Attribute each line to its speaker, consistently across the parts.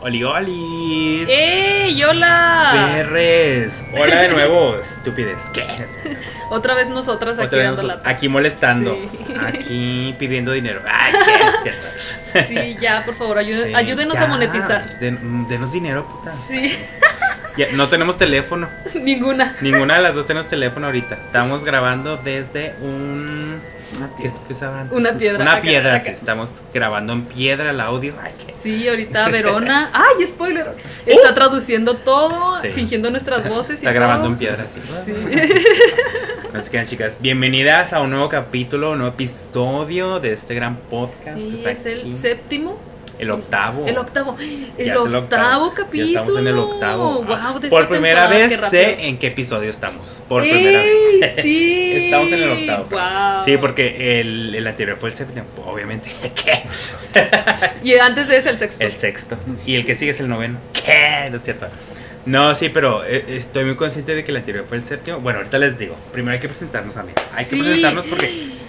Speaker 1: Oliolis.
Speaker 2: ¡Ey, hola!
Speaker 1: Perres. Hola de nuevo, estupidez. ¿Qué?
Speaker 2: Otra vez nosotras aquí
Speaker 1: Otra vez
Speaker 2: dando
Speaker 1: nosotros,
Speaker 2: lata.
Speaker 1: aquí molestando.
Speaker 2: Sí.
Speaker 1: Aquí pidiendo dinero. Ay, qué bestia.
Speaker 2: Sí, ya, por favor, ayú-
Speaker 1: Sí,
Speaker 2: ayúdenos
Speaker 1: ya.
Speaker 2: a monetizar.
Speaker 1: Den- denos dinero, puta.
Speaker 2: Sí,
Speaker 1: Ya, no tenemos teléfono.
Speaker 2: ninguna.
Speaker 1: Ninguna de las dos tenemos teléfono ahorita. Estamos grabando desde un. ¿Qué, qué usaban?
Speaker 2: Una piedra.
Speaker 1: Una
Speaker 2: Acá,
Speaker 1: piedra,
Speaker 2: acá.
Speaker 1: sí. Estamos grabando en piedra el audio. Ay, qué.
Speaker 2: Sí, ahorita Verona. ¡Ay, spoiler! Está traduciendo todo,
Speaker 1: Uh. Sí.
Speaker 2: fingiendo nuestras voces y
Speaker 1: Está grabando
Speaker 2: todo.
Speaker 1: en piedra, sí.
Speaker 2: Sí.
Speaker 1: Así que, chicas, bienvenidas a un nuevo capítulo, un nuevo episodio de este gran podcast. que
Speaker 2: Sí,
Speaker 1: está
Speaker 2: es el
Speaker 1: aquí.
Speaker 2: séptimo.
Speaker 1: El
Speaker 2: sí,
Speaker 1: octavo.
Speaker 2: El octavo.
Speaker 1: Ya
Speaker 2: El,
Speaker 1: es
Speaker 2: octavo,
Speaker 1: Ya
Speaker 2: capítulo.
Speaker 1: estamos en el octavo. Ah,
Speaker 2: Wow, de
Speaker 1: Por
Speaker 2: esta
Speaker 1: primera
Speaker 2: temporada,
Speaker 1: vez
Speaker 2: qué rápido.
Speaker 1: sé en qué episodio estamos. Por primera
Speaker 2: ¡Ey,
Speaker 1: vez.
Speaker 2: Sí.
Speaker 1: Estamos en el octavo.
Speaker 2: Wow.
Speaker 1: Sí, porque el, el anterior fue el séptimo, obviamente. ¿Qué?
Speaker 2: Y antes de ese, el sexto.
Speaker 1: El sexto. Y el que sigue es el noveno. ¿Qué? No es cierto. No, sí, pero eh, estoy muy consciente de que el anterior fue el séptimo. Bueno, ahorita les digo. Primero hay que presentarnos, amigos. Hay
Speaker 2: Sí.
Speaker 1: que presentarnos porque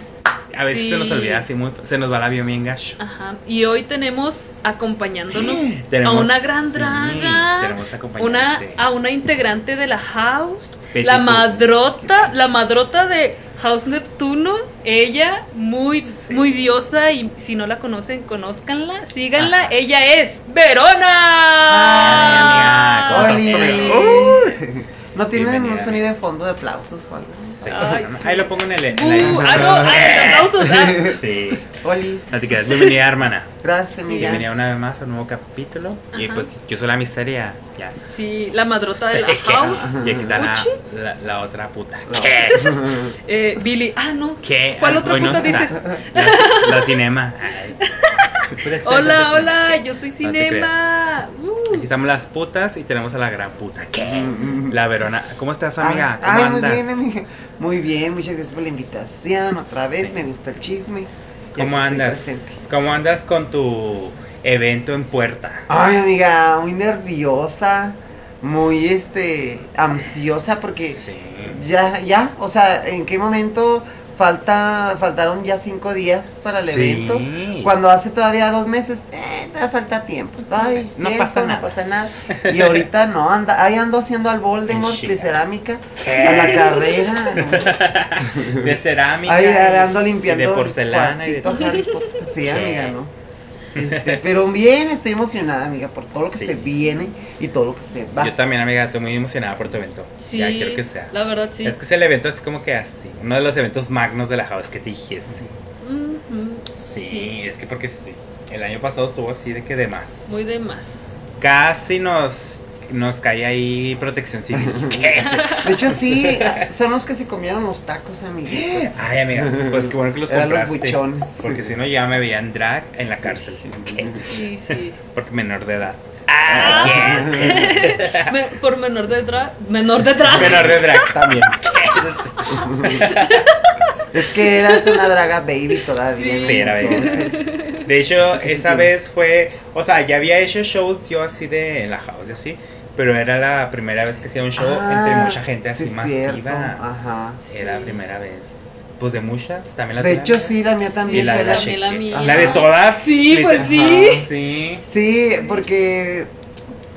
Speaker 1: a veces se nos
Speaker 2: Sí.
Speaker 1: olvida así muy- Se nos va la bio bien gacho.
Speaker 2: Ajá. Y hoy tenemos acompañándonos
Speaker 1: Tenemos-
Speaker 2: a una gran
Speaker 1: sí,
Speaker 2: draga.
Speaker 1: tenemos acompañante.
Speaker 2: una, a una integrante de la house,
Speaker 1: Betty
Speaker 2: la
Speaker 1: Boop.
Speaker 2: madrota, la madrota de House Neptuno, ella muy, muy diosa y si no la conocen, conózcanla, síganla,
Speaker 1: Ajá.
Speaker 2: ella es Verona.
Speaker 1: Ay, amiga,
Speaker 3: ¡Oli!
Speaker 1: Uy.
Speaker 3: No tienen
Speaker 1: Bienvenida.
Speaker 3: un sonido de fondo de aplausos o algo así.
Speaker 1: Sí.
Speaker 2: Ay,
Speaker 1: Ahí
Speaker 2: sí.
Speaker 1: lo pongo en el. en la-
Speaker 2: Uh, ah, no, ah, los aplausos, ah.
Speaker 1: Sí.
Speaker 3: Olis,
Speaker 1: No te quedas. Bienvenida, hermana.
Speaker 3: gracias, amiga.
Speaker 1: Bienvenida una vez más a un nuevo capítulo. Y
Speaker 2: Ajá.
Speaker 1: pues yo soy la miseria. Ya.
Speaker 2: Sí, la madrota de la house.
Speaker 1: Y aquí está la,
Speaker 2: Uchi.
Speaker 1: la, la otra puta.
Speaker 3: No.
Speaker 1: ¿Qué?
Speaker 2: Eh, Billy, ah, no.
Speaker 1: ¿Qué?
Speaker 2: ¿Cuál
Speaker 1: Ah,
Speaker 2: otra
Speaker 1: hoy no
Speaker 2: puta
Speaker 1: está.
Speaker 2: dices?
Speaker 1: La, la cinema. Ay.
Speaker 2: Hola, hola, yo soy
Speaker 1: No te
Speaker 2: Cinema. Uh.
Speaker 1: Aquí estamos las putas y tenemos a la gran puta. ¿Qué? La Verona. ¿Cómo estás,
Speaker 3: Ay,
Speaker 1: amiga? ¿Cómo
Speaker 3: Ah, ay, muy
Speaker 1: andas?
Speaker 3: bien, amiga. Muy bien, muchas gracias por la invitación. Otra vez,
Speaker 1: Sí.
Speaker 3: me gusta el chisme. Ya que
Speaker 1: ¿Cómo
Speaker 3: estoy
Speaker 1: andas?
Speaker 3: presente.
Speaker 1: ¿Cómo andas con tu evento en puerta?
Speaker 3: Ay, amiga, muy nerviosa, muy este, ansiosa porque
Speaker 1: Sí.
Speaker 3: ya, ya, o sea, ¿en qué momento falta, faltaron ya cinco días para el
Speaker 1: Sí.
Speaker 3: evento? Cuando hace todavía dos meses, eh, todavía falta tiempo. Ay,
Speaker 1: No
Speaker 3: no pasa
Speaker 1: pasa
Speaker 3: no
Speaker 1: nada.
Speaker 3: pasa nada. Y ahorita no, anda, ahí ando haciendo al Voldemort
Speaker 1: En
Speaker 3: de
Speaker 1: chinga.
Speaker 3: cerámica, a la carrera.
Speaker 1: De cerámica.
Speaker 3: Ahí ahí ando
Speaker 1: y-
Speaker 3: limpiando.
Speaker 1: Y de
Speaker 3: el
Speaker 1: porcelana. Y de
Speaker 3: cuartito Harry Potter. Sí,
Speaker 1: ¿Qué?
Speaker 3: amiga, ¿no? Este, pero bien, estoy emocionada, amiga, por todo lo que
Speaker 1: Sí.
Speaker 3: se viene y todo lo que se va.
Speaker 1: Yo también, amiga, estoy muy emocionada por tu evento.
Speaker 2: Sí,
Speaker 1: Ya quiero que sea.
Speaker 2: La verdad, sí.
Speaker 1: Es que es el evento así como que así, uno de los eventos magnos de la house que te dijiste.
Speaker 2: Ujú,
Speaker 1: Sí,
Speaker 2: sí,
Speaker 1: es que porque sí. El año pasado estuvo así de que de más.
Speaker 2: Muy de más.
Speaker 1: Casi nos nos cae ahí protección civil. ¿Qué?
Speaker 3: De hecho, sí, son los que se comieron los tacos, amiga.
Speaker 1: Ay, amiga, pues qué bueno que los
Speaker 3: Eran los
Speaker 1: compraste,
Speaker 3: buchones.
Speaker 1: Porque si no ya me veían drag en la cárcel. ¿Qué?
Speaker 2: Sí, sí.
Speaker 1: Porque menor de edad.
Speaker 2: Ah.
Speaker 1: Ah, ¿qué?
Speaker 2: Me- por menor de drag. Menor de drag.
Speaker 1: Menor de drag también.
Speaker 3: Es que eras una draga baby todavía.
Speaker 2: Sí.
Speaker 3: ¿no?
Speaker 1: Sí, era baby.
Speaker 3: Entonces,
Speaker 1: De hecho,
Speaker 3: Eso que sí
Speaker 1: esa
Speaker 3: tiene.
Speaker 1: vez fue, o sea, ya había hecho shows yo así de en la house y así, pero era la primera vez que hacía un show entre
Speaker 3: Ah,
Speaker 1: mucha gente así
Speaker 3: sí,
Speaker 1: masiva.
Speaker 3: cierto, Ah, Ajá.
Speaker 1: Era la
Speaker 2: Sí.
Speaker 1: primera vez. Pues de muchas, también la
Speaker 3: De hecho, sí, la mía también.
Speaker 1: Y la
Speaker 3: fue
Speaker 1: de la,
Speaker 3: la-
Speaker 2: mía, la mía.
Speaker 1: La de todas.
Speaker 2: Sí,
Speaker 1: literal.
Speaker 2: pues sí.
Speaker 3: Ajá.
Speaker 1: Sí. Ah,
Speaker 3: Sí, porque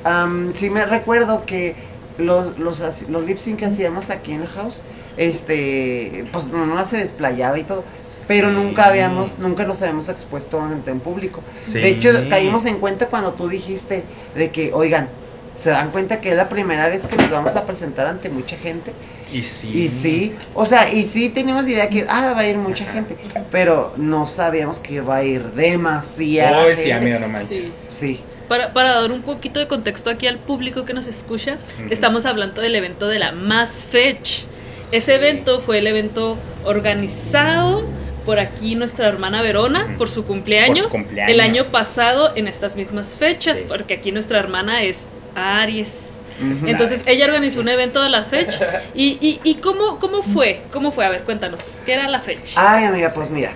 Speaker 3: am, sí me recuerdo que los, los, haci- los lip sync que hacíamos aquí en el house, este, pues no, no se desplayaba y todo. Pero
Speaker 1: Sí.
Speaker 3: nunca habíamos, nunca los habíamos expuesto ante un público.
Speaker 1: Sí.
Speaker 3: De hecho, caímos en cuenta cuando tú dijiste de que, oigan, se dan cuenta que es la primera vez que nos vamos a presentar ante mucha gente.
Speaker 1: Y sí.
Speaker 3: Y sí, o sea, y sí teníamos idea que, ah, va a ir mucha
Speaker 1: Ajá.
Speaker 3: gente, pero no sabíamos que va a ir demasiada
Speaker 1: Hoy sí,
Speaker 3: gente.
Speaker 1: amigo, no manches.
Speaker 2: Sí.
Speaker 3: Sí.
Speaker 2: Para, para dar un poquito de contexto aquí al público que nos escucha,
Speaker 1: Ujú.
Speaker 2: estamos hablando del evento de la Más Fetch. Ese evento fue el evento organizado por aquí nuestra hermana Verona
Speaker 1: Ujú.
Speaker 2: por su cumpleaños,
Speaker 1: Por su cumpleaños.
Speaker 2: el año pasado en estas mismas fechas,
Speaker 1: Sí.
Speaker 2: porque aquí nuestra hermana es Aries.
Speaker 3: Ujú.
Speaker 2: Entonces ella organizó un evento de la Fetch. ¿Y, y, y cómo, cómo fue? ¿Cómo fue? A ver, cuéntanos. ¿Qué era la Fetch?
Speaker 1: Ah,
Speaker 3: Ay, amiga, pues mira.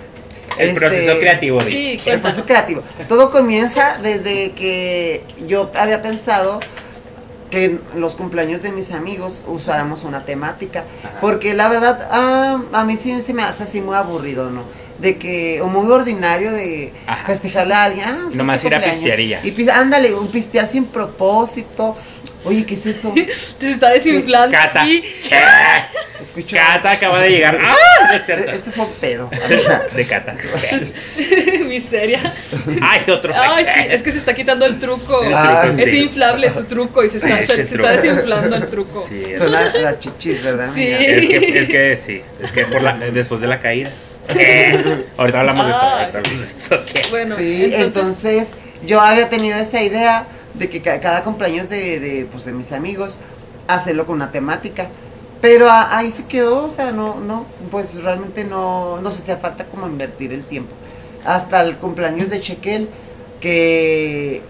Speaker 1: El
Speaker 3: este,
Speaker 1: proceso creativo.
Speaker 2: Sí,
Speaker 1: dije.
Speaker 2: claro.
Speaker 3: El proceso pues, creativo. Todo comienza desde que yo había pensado que en los cumpleaños de mis amigos usáramos una temática.
Speaker 1: Ajá.
Speaker 3: Porque la verdad, ah, a mí sí se me hace así muy aburrido, ¿no? de que, o muy ordinario de
Speaker 1: Ajá.
Speaker 3: festejarle a alguien. Ah, fue
Speaker 1: Nomás
Speaker 3: su
Speaker 1: ir a
Speaker 3: cumpleaños.
Speaker 1: pistear y ya.
Speaker 3: Y pis- ándale, un pistear sin propósito. Oye, ¿qué es eso?
Speaker 2: Se está desinflando.
Speaker 1: Cata.
Speaker 2: aquí.
Speaker 1: ¿Qué?
Speaker 3: Escucho.
Speaker 1: Cata acaba de llegar. ¡Ah! No es cierto.
Speaker 3: Este fue un pedo.
Speaker 1: De Cata.
Speaker 2: Miseria.
Speaker 1: Ay, otro.
Speaker 2: Ay, sí, es que se está quitando el truco.
Speaker 1: El
Speaker 3: Ah,
Speaker 1: truco,
Speaker 2: Es
Speaker 1: sí.
Speaker 2: inflable su truco y se está,
Speaker 1: Sí,
Speaker 2: se,
Speaker 1: ese
Speaker 2: se
Speaker 1: truco.
Speaker 2: está desinflando el truco.
Speaker 1: Sí, es-
Speaker 3: Son las, las chichis, ¿verdad?
Speaker 2: Sí.
Speaker 3: amiga?
Speaker 1: Es que, es que sí, es que por la- después de la caída. ¿Qué? Ahorita hablamos de eso.
Speaker 2: Ah.
Speaker 1: ahorita hablamos de eso. ¿Qué?
Speaker 2: Bueno,
Speaker 3: Sí,
Speaker 2: entonces,
Speaker 3: entonces, yo había tenido esa idea de que ca- cada cumpleaños de, de, pues, de mis amigos hacerlo con una temática. Pero a- ahí se quedó, o sea, no, no, pues realmente no nos hacía falta como invertir el tiempo. Hasta el cumpleaños de Chequel, que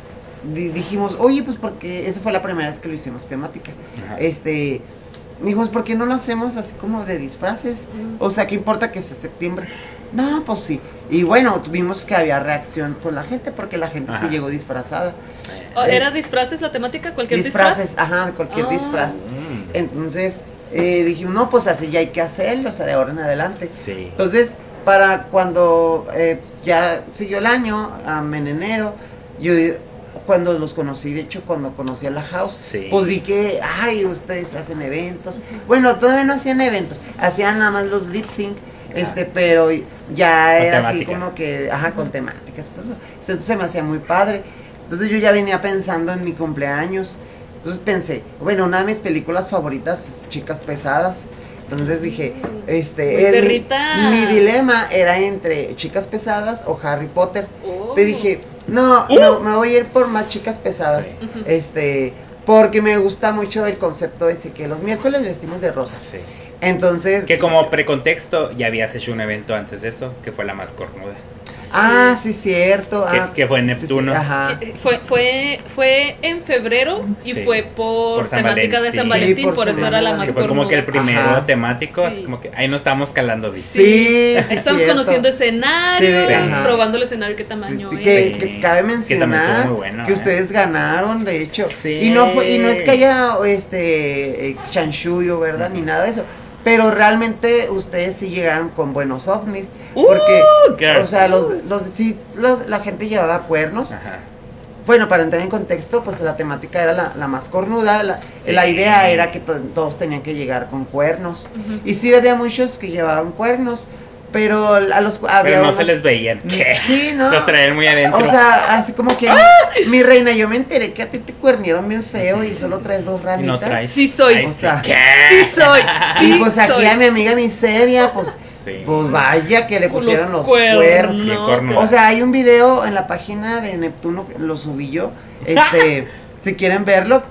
Speaker 3: di- dijimos, oye, pues porque esa fue la primera vez que lo hicimos temática.
Speaker 1: Ajá.
Speaker 3: Este, dijimos, ¿por qué no lo hacemos así como de disfraces? O sea, ¿qué importa que sea septiembre? No, pues sí. Y bueno, tuvimos que había reacción con la gente porque la gente
Speaker 1: Ajá.
Speaker 3: sí llegó disfrazada.
Speaker 2: Oh, ¿Era disfraces la temática? ¿Cualquier
Speaker 3: eh, Disfraces,
Speaker 2: disfraz?
Speaker 3: ajá, de cualquier
Speaker 2: Ah.
Speaker 3: disfraz.
Speaker 1: Mm.
Speaker 3: Entonces eh, dijimos, no, pues así ya hay que hacerlo, o sea, de ahora en adelante.
Speaker 1: Sí.
Speaker 3: Entonces, para cuando eh, ya siguió el año, am, en enero, yo cuando los conocí, de hecho, cuando conocí a la house,
Speaker 1: Sí.
Speaker 3: pues vi que, ay, ustedes hacen eventos. Bueno, todavía no hacían eventos, hacían nada más los lip sync,
Speaker 1: Ya.
Speaker 3: este, pero ya
Speaker 1: Con
Speaker 3: era así
Speaker 1: temática.
Speaker 3: como que, ajá, con
Speaker 2: Ujú.
Speaker 3: temáticas. Entonces, entonces se me hacía muy padre. Entonces yo ya venía pensando en mi cumpleaños. Entonces pensé, bueno, una de mis películas favoritas es Chicas Pesadas. Entonces dije,
Speaker 2: Mm. Muy
Speaker 3: este, eh, mi-
Speaker 2: perrita.
Speaker 3: mi, dilema era entre Chicas Pesadas o Harry Potter.
Speaker 2: Oh.
Speaker 3: Pero dije, no,
Speaker 1: Uh.
Speaker 3: no, me voy a ir por más Chicas Pesadas.
Speaker 1: Sí.
Speaker 2: Ujú.
Speaker 3: Este, porque me gusta mucho el concepto ese que los miércoles vestimos de rosas.
Speaker 1: Sí.
Speaker 3: Entonces,
Speaker 1: Que como precontexto, ya habías hecho un evento antes de eso, que fue la más cornuda.
Speaker 2: Oh.
Speaker 3: ah, sí, ah. cierto.
Speaker 1: Que-
Speaker 3: ah,
Speaker 1: que fue en
Speaker 3: sí, sí,
Speaker 1: Neptuno.
Speaker 3: ajá.
Speaker 2: Eh, Fue, fue, fue en febrero y
Speaker 1: Sí.
Speaker 2: fue por,
Speaker 1: Por San
Speaker 2: temática de
Speaker 1: Valentín.
Speaker 2: San Valentín,
Speaker 3: Sí,
Speaker 2: por,
Speaker 3: por
Speaker 2: eso
Speaker 3: San
Speaker 2: era la
Speaker 3: Valentín.
Speaker 2: más
Speaker 1: Que fue como que el
Speaker 2: cornuda.
Speaker 1: primero
Speaker 3: Ajá.
Speaker 1: temático, así
Speaker 2: Sí.
Speaker 1: como que ahí no estamos calando bien.
Speaker 3: Sí, sí,
Speaker 2: Estamos
Speaker 3: cierto.
Speaker 2: conociendo
Speaker 3: Que
Speaker 2: escenario,
Speaker 1: de- ajá.
Speaker 2: probando el escenario, qué
Speaker 3: Sí,
Speaker 2: tamaño
Speaker 3: sí,
Speaker 2: es.
Speaker 1: Sí.
Speaker 3: que, que cabe
Speaker 1: Que también estuvo muy
Speaker 3: mencionar que,
Speaker 1: bueno, ¿eh?
Speaker 3: ustedes ganaron, de hecho.
Speaker 1: Sí.
Speaker 3: Y no fue, y no es que haya este eh, chanchullo, ¿verdad? Ni
Speaker 1: Ujú.
Speaker 3: nada de eso. Pero realmente ustedes sí llegaron con buenos ovnis.
Speaker 1: Uh,
Speaker 3: Porque,
Speaker 1: girl.
Speaker 3: o sea, los, los, sí, los- la gente llevaba cuernos.
Speaker 1: Ajá.
Speaker 3: Bueno, para entrar en contexto, pues la temática era la, la más cornuda. La,
Speaker 1: Sí.
Speaker 3: la idea era que to- todos tenían que llegar con cuernos.
Speaker 2: Ujú.
Speaker 3: Y sí había muchos que llevaban cuernos, pero a los había
Speaker 1: Pero no se
Speaker 3: unos-
Speaker 1: les veían. ¿Qué?
Speaker 3: Sí, no.
Speaker 1: Los traían muy adentro.
Speaker 3: O sea, así como que mi reina, yo me enteré que a ti te cuernieron bien feo y solo traes dos
Speaker 1: y no
Speaker 3: ramitas.
Speaker 1: traes.
Speaker 2: Sí soy.
Speaker 1: Ay,
Speaker 3: O sea,
Speaker 1: ¿Qué?
Speaker 2: Sí soy.
Speaker 3: Y
Speaker 2: sí
Speaker 3: pues aquí
Speaker 2: soy.
Speaker 3: a mi amiga miseria, pues,
Speaker 1: Sí.
Speaker 3: pues vaya que le
Speaker 2: Con
Speaker 3: pusieron los, cuernos.
Speaker 1: Bien cuernos.
Speaker 3: O sea, hay un video en la página de Neptuno, que lo subí yo, este, si quieren verlo,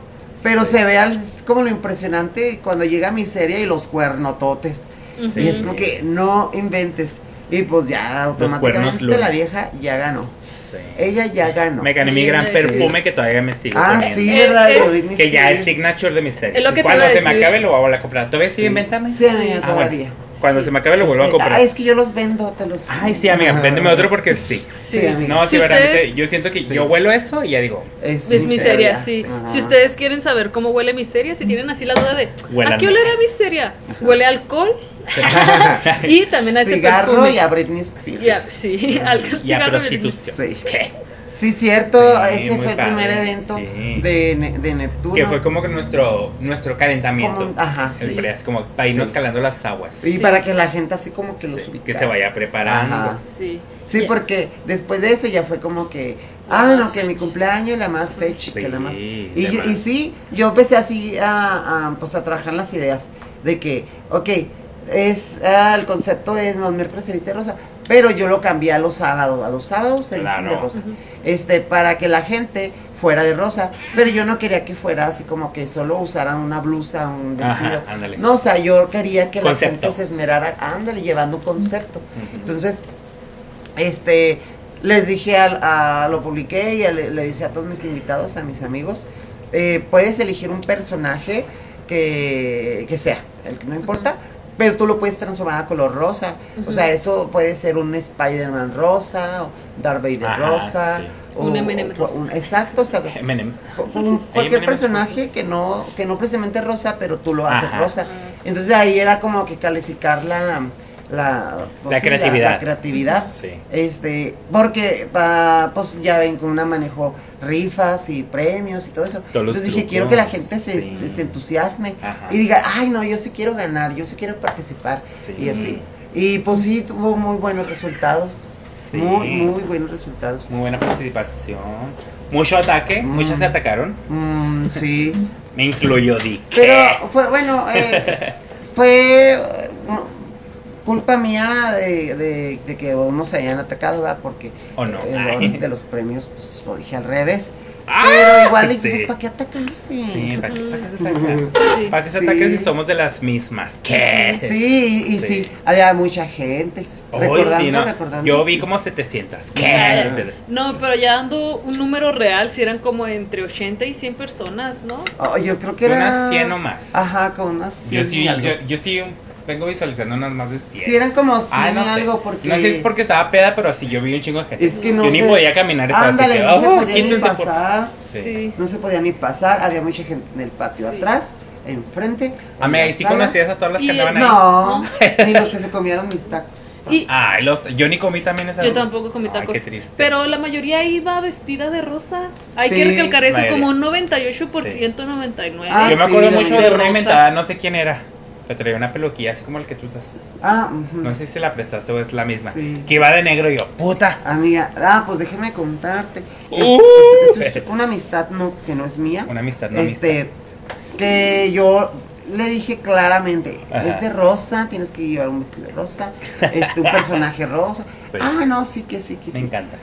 Speaker 3: pero
Speaker 1: Sí.
Speaker 3: se ve al- es como lo impresionante cuando llega miseria y los cuernototes.
Speaker 2: Ujú.
Speaker 3: Y es como que no inventes. Y pues ya automáticamente
Speaker 1: luna.
Speaker 3: la vieja ya ganó.
Speaker 1: Sí.
Speaker 3: Ella ya ganó.
Speaker 1: Me gané mi
Speaker 2: Sí,
Speaker 1: gran
Speaker 2: sí.
Speaker 1: perfume que todavía me sigo
Speaker 3: eh, Ah,
Speaker 1: poniendo.
Speaker 3: sí,
Speaker 2: Eh,
Speaker 3: verdad,
Speaker 2: es-
Speaker 3: Lo de Britney
Speaker 1: Que ya es
Speaker 3: Spears.
Speaker 1: signature de mis series.
Speaker 2: Es lo que te
Speaker 1: Cuando
Speaker 2: iba a
Speaker 1: se me
Speaker 2: decir.
Speaker 1: acabe lo voy a volver a comprar. ¿Todavía sigue inventame?
Speaker 3: Sí, amiga,
Speaker 1: Ah, bueno.
Speaker 3: todavía.
Speaker 1: Cuando se me acabe lo vuelvo a
Speaker 3: Este,
Speaker 1: comprar.
Speaker 3: ah, es que yo los vendo, te los
Speaker 1: Ay, sí, amiga,
Speaker 3: Ah.
Speaker 1: véndeme otro porque sí.
Speaker 2: Sí.
Speaker 3: Sí, amiga.
Speaker 1: No, sí,
Speaker 2: Si
Speaker 1: verdaderamente,
Speaker 2: ustedes-
Speaker 1: yo siento que
Speaker 3: Sí.
Speaker 1: yo huelo esto y ya digo,
Speaker 2: Es miseria,
Speaker 3: miseria.
Speaker 2: sí.
Speaker 3: Ajá.
Speaker 2: Si ustedes quieren saber cómo huele miseria, si tienen así la duda de
Speaker 1: Huelan
Speaker 2: ¿a qué olerá miseria? Huele a alcohol y también a ese
Speaker 3: Cigarro
Speaker 2: perfume.
Speaker 3: y a Britney Spears.
Speaker 2: Y a- sí, alcohol,
Speaker 1: y a
Speaker 2: cigarro y
Speaker 1: prostitución.
Speaker 3: Sí.
Speaker 1: ¿Qué?
Speaker 3: Sí, cierto,
Speaker 1: Sí,
Speaker 3: ese
Speaker 1: muy
Speaker 3: fue el
Speaker 1: padre,
Speaker 3: primer evento
Speaker 1: sí.
Speaker 3: de, Ne- de Neptuno.
Speaker 1: Que fue como que nuestro, nuestro calentamiento.
Speaker 3: Como un- ajá,
Speaker 1: El
Speaker 3: sí.
Speaker 1: pre- así como para irnos
Speaker 3: Sí.
Speaker 1: calando las aguas.
Speaker 3: Y
Speaker 2: Sí.
Speaker 3: para que la gente así como que
Speaker 1: Sí,
Speaker 3: los
Speaker 1: que
Speaker 3: ubicara.
Speaker 1: se vaya preparando.
Speaker 3: Ajá.
Speaker 2: Sí.
Speaker 3: Sí,
Speaker 2: Ya.
Speaker 3: porque después de eso ya fue como que,
Speaker 2: La más
Speaker 3: ah, no, que mi
Speaker 2: fetch.
Speaker 3: cumpleaños, la más
Speaker 1: Sí,
Speaker 3: fecha, que la más... Y,
Speaker 1: de
Speaker 3: yo- y
Speaker 1: más.
Speaker 3: sí, yo empecé así a, a, pues, a trabajar las ideas de que, ok, es, ah, el concepto es los miércoles se viste de rosa, pero yo lo cambié a los sábados, a los sábados se visten de
Speaker 1: Claro.
Speaker 3: rosa,
Speaker 2: Ujú.
Speaker 3: este, para que la gente fuera de rosa, pero yo no quería que fuera así como que solo usaran una blusa, un vestido,
Speaker 1: Ajá, ándale.
Speaker 3: no, o sea, yo quería que la
Speaker 1: Concepto.
Speaker 3: gente se esmerara, ándale, llevando un concepto.
Speaker 1: Ujú.
Speaker 3: Entonces, este, les dije al- a, lo publiqué y a- le, le dije a todos mis invitados, a mis amigos, eh, puedes elegir un personaje que, que sea, el que no importa, pero tú lo puedes transformar a color rosa. O sea,
Speaker 2: Ujú.
Speaker 3: eso puede ser un Spider-Man rosa, o Darth Vader
Speaker 1: Ajá,
Speaker 3: rosa.
Speaker 1: sí.
Speaker 3: o-
Speaker 2: Un M&M
Speaker 3: o-
Speaker 2: rosa.
Speaker 3: un- exacto, o sea,
Speaker 1: M&M.
Speaker 3: un- cualquier
Speaker 1: M&M.
Speaker 3: personaje que no, que no precisamente rosa, pero tú lo haces
Speaker 1: Ajá.
Speaker 3: rosa.
Speaker 2: Ah.
Speaker 3: Entonces ahí era como que calificar la, la, pues,
Speaker 1: La
Speaker 3: sí,
Speaker 1: creatividad.
Speaker 3: la creatividad.
Speaker 1: Sí.
Speaker 3: Este, porque pa- pues ya ven que una manejó rifas y premios y todo eso.
Speaker 1: Todos los
Speaker 3: Entonces dije,
Speaker 1: trucos,
Speaker 3: quiero que la gente se,
Speaker 1: sí.
Speaker 3: se entusiasme
Speaker 1: Ajá.
Speaker 3: y diga, ay no, yo sí quiero ganar, yo sí quiero participar
Speaker 1: Sí.
Speaker 3: y así. Y pues sí, tuvo muy buenos resultados.
Speaker 1: Sí.
Speaker 3: Muy, muy buenos resultados.
Speaker 1: Muy buena participación. Mucho ataque,
Speaker 3: Mm.
Speaker 1: muchas se atacaron.
Speaker 3: Mm, sí.
Speaker 1: Me incluyo, Dick.
Speaker 3: Pero fue, bueno, eh, fue eh, mm, culpa mía de, de- de que unos se hayan atacado, ¿verdad? Porque
Speaker 1: ¿O Oh, no?
Speaker 3: el
Speaker 1: Ay.
Speaker 3: orden de los premios, pues lo dije al revés.
Speaker 1: ¡Ah!
Speaker 3: Pero igual,
Speaker 1: Sí.
Speaker 3: dije, pues, ¿para qué atacarse?
Speaker 1: Sí, ¿para qué
Speaker 2: Mm.
Speaker 1: se atacan?
Speaker 2: Sí.
Speaker 1: ¿Para qué se
Speaker 3: Sí.
Speaker 1: atacan si somos de las mismas? ¿Qué?
Speaker 3: Sí, y, y sí.
Speaker 1: Sí.
Speaker 3: había mucha gente.
Speaker 1: Hoy
Speaker 3: recordando,
Speaker 1: sí, ¿no?
Speaker 3: recordando.
Speaker 1: Yo
Speaker 3: sí.
Speaker 1: vi como 700.
Speaker 3: Ah.
Speaker 1: ¿Qué?
Speaker 2: No, pero ya dando un número real, si eran como entre 80 y 100 personas, ¿no?
Speaker 3: Oh, yo creo que
Speaker 1: Que
Speaker 3: era.
Speaker 1: unas 100 o más.
Speaker 3: Ajá, con unas 100.
Speaker 1: yo, sí,
Speaker 3: y algo.
Speaker 1: yo, yo sí vengo visualizando unas más de 10.
Speaker 3: Sí, eran como 100
Speaker 1: Ah, no
Speaker 3: y
Speaker 1: sé.
Speaker 3: algo porque.
Speaker 1: No sé si es porque estaba peda, pero así yo vi un chingo de gente.
Speaker 3: Es que no
Speaker 1: yo
Speaker 3: sé.
Speaker 1: ni podía caminar. estaba así
Speaker 3: Ándale,
Speaker 1: que,
Speaker 3: no se
Speaker 1: "Ah,
Speaker 3: podía ni
Speaker 1: quítense, por-".
Speaker 3: pasar.
Speaker 1: Sí.
Speaker 3: No se podía ni pasar. Había mucha gente en el patio
Speaker 2: Sí.
Speaker 3: atrás, enfrente.
Speaker 1: A mí
Speaker 3: en
Speaker 1: ahí
Speaker 3: la
Speaker 1: sí
Speaker 3: sala.
Speaker 1: conocías a todas las
Speaker 2: Y-
Speaker 1: que andaban ahí.
Speaker 3: No, ni los que se comieron mis tacos.
Speaker 2: Y
Speaker 1: Ay, los, yo ni comí también esa
Speaker 2: yo
Speaker 1: vez.
Speaker 2: tampoco comí
Speaker 1: Ay,
Speaker 2: tacos.
Speaker 1: qué triste.
Speaker 2: Pero la mayoría iba vestida de rosa. Hay que
Speaker 3: Sí,
Speaker 2: recalcar eso
Speaker 1: mayoría.
Speaker 2: como un 98%,
Speaker 3: Ah,
Speaker 1: yo me
Speaker 2: 99%.
Speaker 3: sí,
Speaker 1: acuerdo
Speaker 3: la
Speaker 1: mucho
Speaker 2: vi.
Speaker 1: de
Speaker 2: De
Speaker 1: una
Speaker 2: rosa.
Speaker 1: inventada, no sé quién era. Que traía una peluquilla así como el que tú usas.
Speaker 3: Ah, ujú.
Speaker 1: No sé si se la prestaste o es la misma.
Speaker 3: Sí.
Speaker 1: Que iba de negro y yo, puta.
Speaker 3: Amiga, ah, pues déjeme contarte. Es-
Speaker 1: Uh.
Speaker 3: es, es una amistad no, que no es mía.
Speaker 1: Una amistad, no
Speaker 3: este, que yo le dije claramente,
Speaker 1: Ajá.
Speaker 3: es de rosa, tienes que llevar un vestido rosa, este, un personaje rosa.
Speaker 1: Sí.
Speaker 3: Ah, no, sí que sí, que
Speaker 1: amistad. Me
Speaker 3: sí.
Speaker 1: encanta.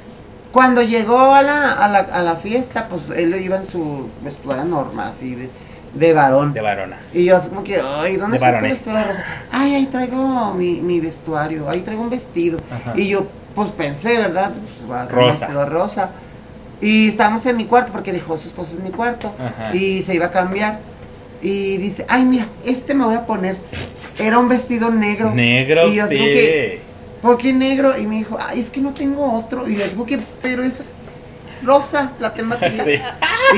Speaker 3: Cuando llegó a la, a la, a la fiesta, pues él iba en su vestidura normal, así de, de varón.
Speaker 1: De varona.
Speaker 3: y yo así como que, ay, ¿dónde
Speaker 1: De
Speaker 3: está tu
Speaker 1: varones.
Speaker 3: vestidura rosa? Ay, ahí traigo mi, mi vestuario, ahí traigo un vestido.
Speaker 1: Ajá.
Speaker 3: Y yo, pues pensé, ¿verdad? Pues va a tener un
Speaker 1: Rosa.
Speaker 3: vestido rosa. Y estábamos en mi cuarto porque dejó sus cosas en mi cuarto.
Speaker 1: Ajá.
Speaker 3: Y se iba a cambiar. Y dice, ay, mira, este me voy a poner. Era un vestido negro.
Speaker 1: Negro,
Speaker 3: Y yo
Speaker 1: sí.
Speaker 3: así como que, ¿por qué negro? Y me dijo, ay, es que no tengo otro. Y yo así como que, pero es rosa la temática.
Speaker 1: Sí.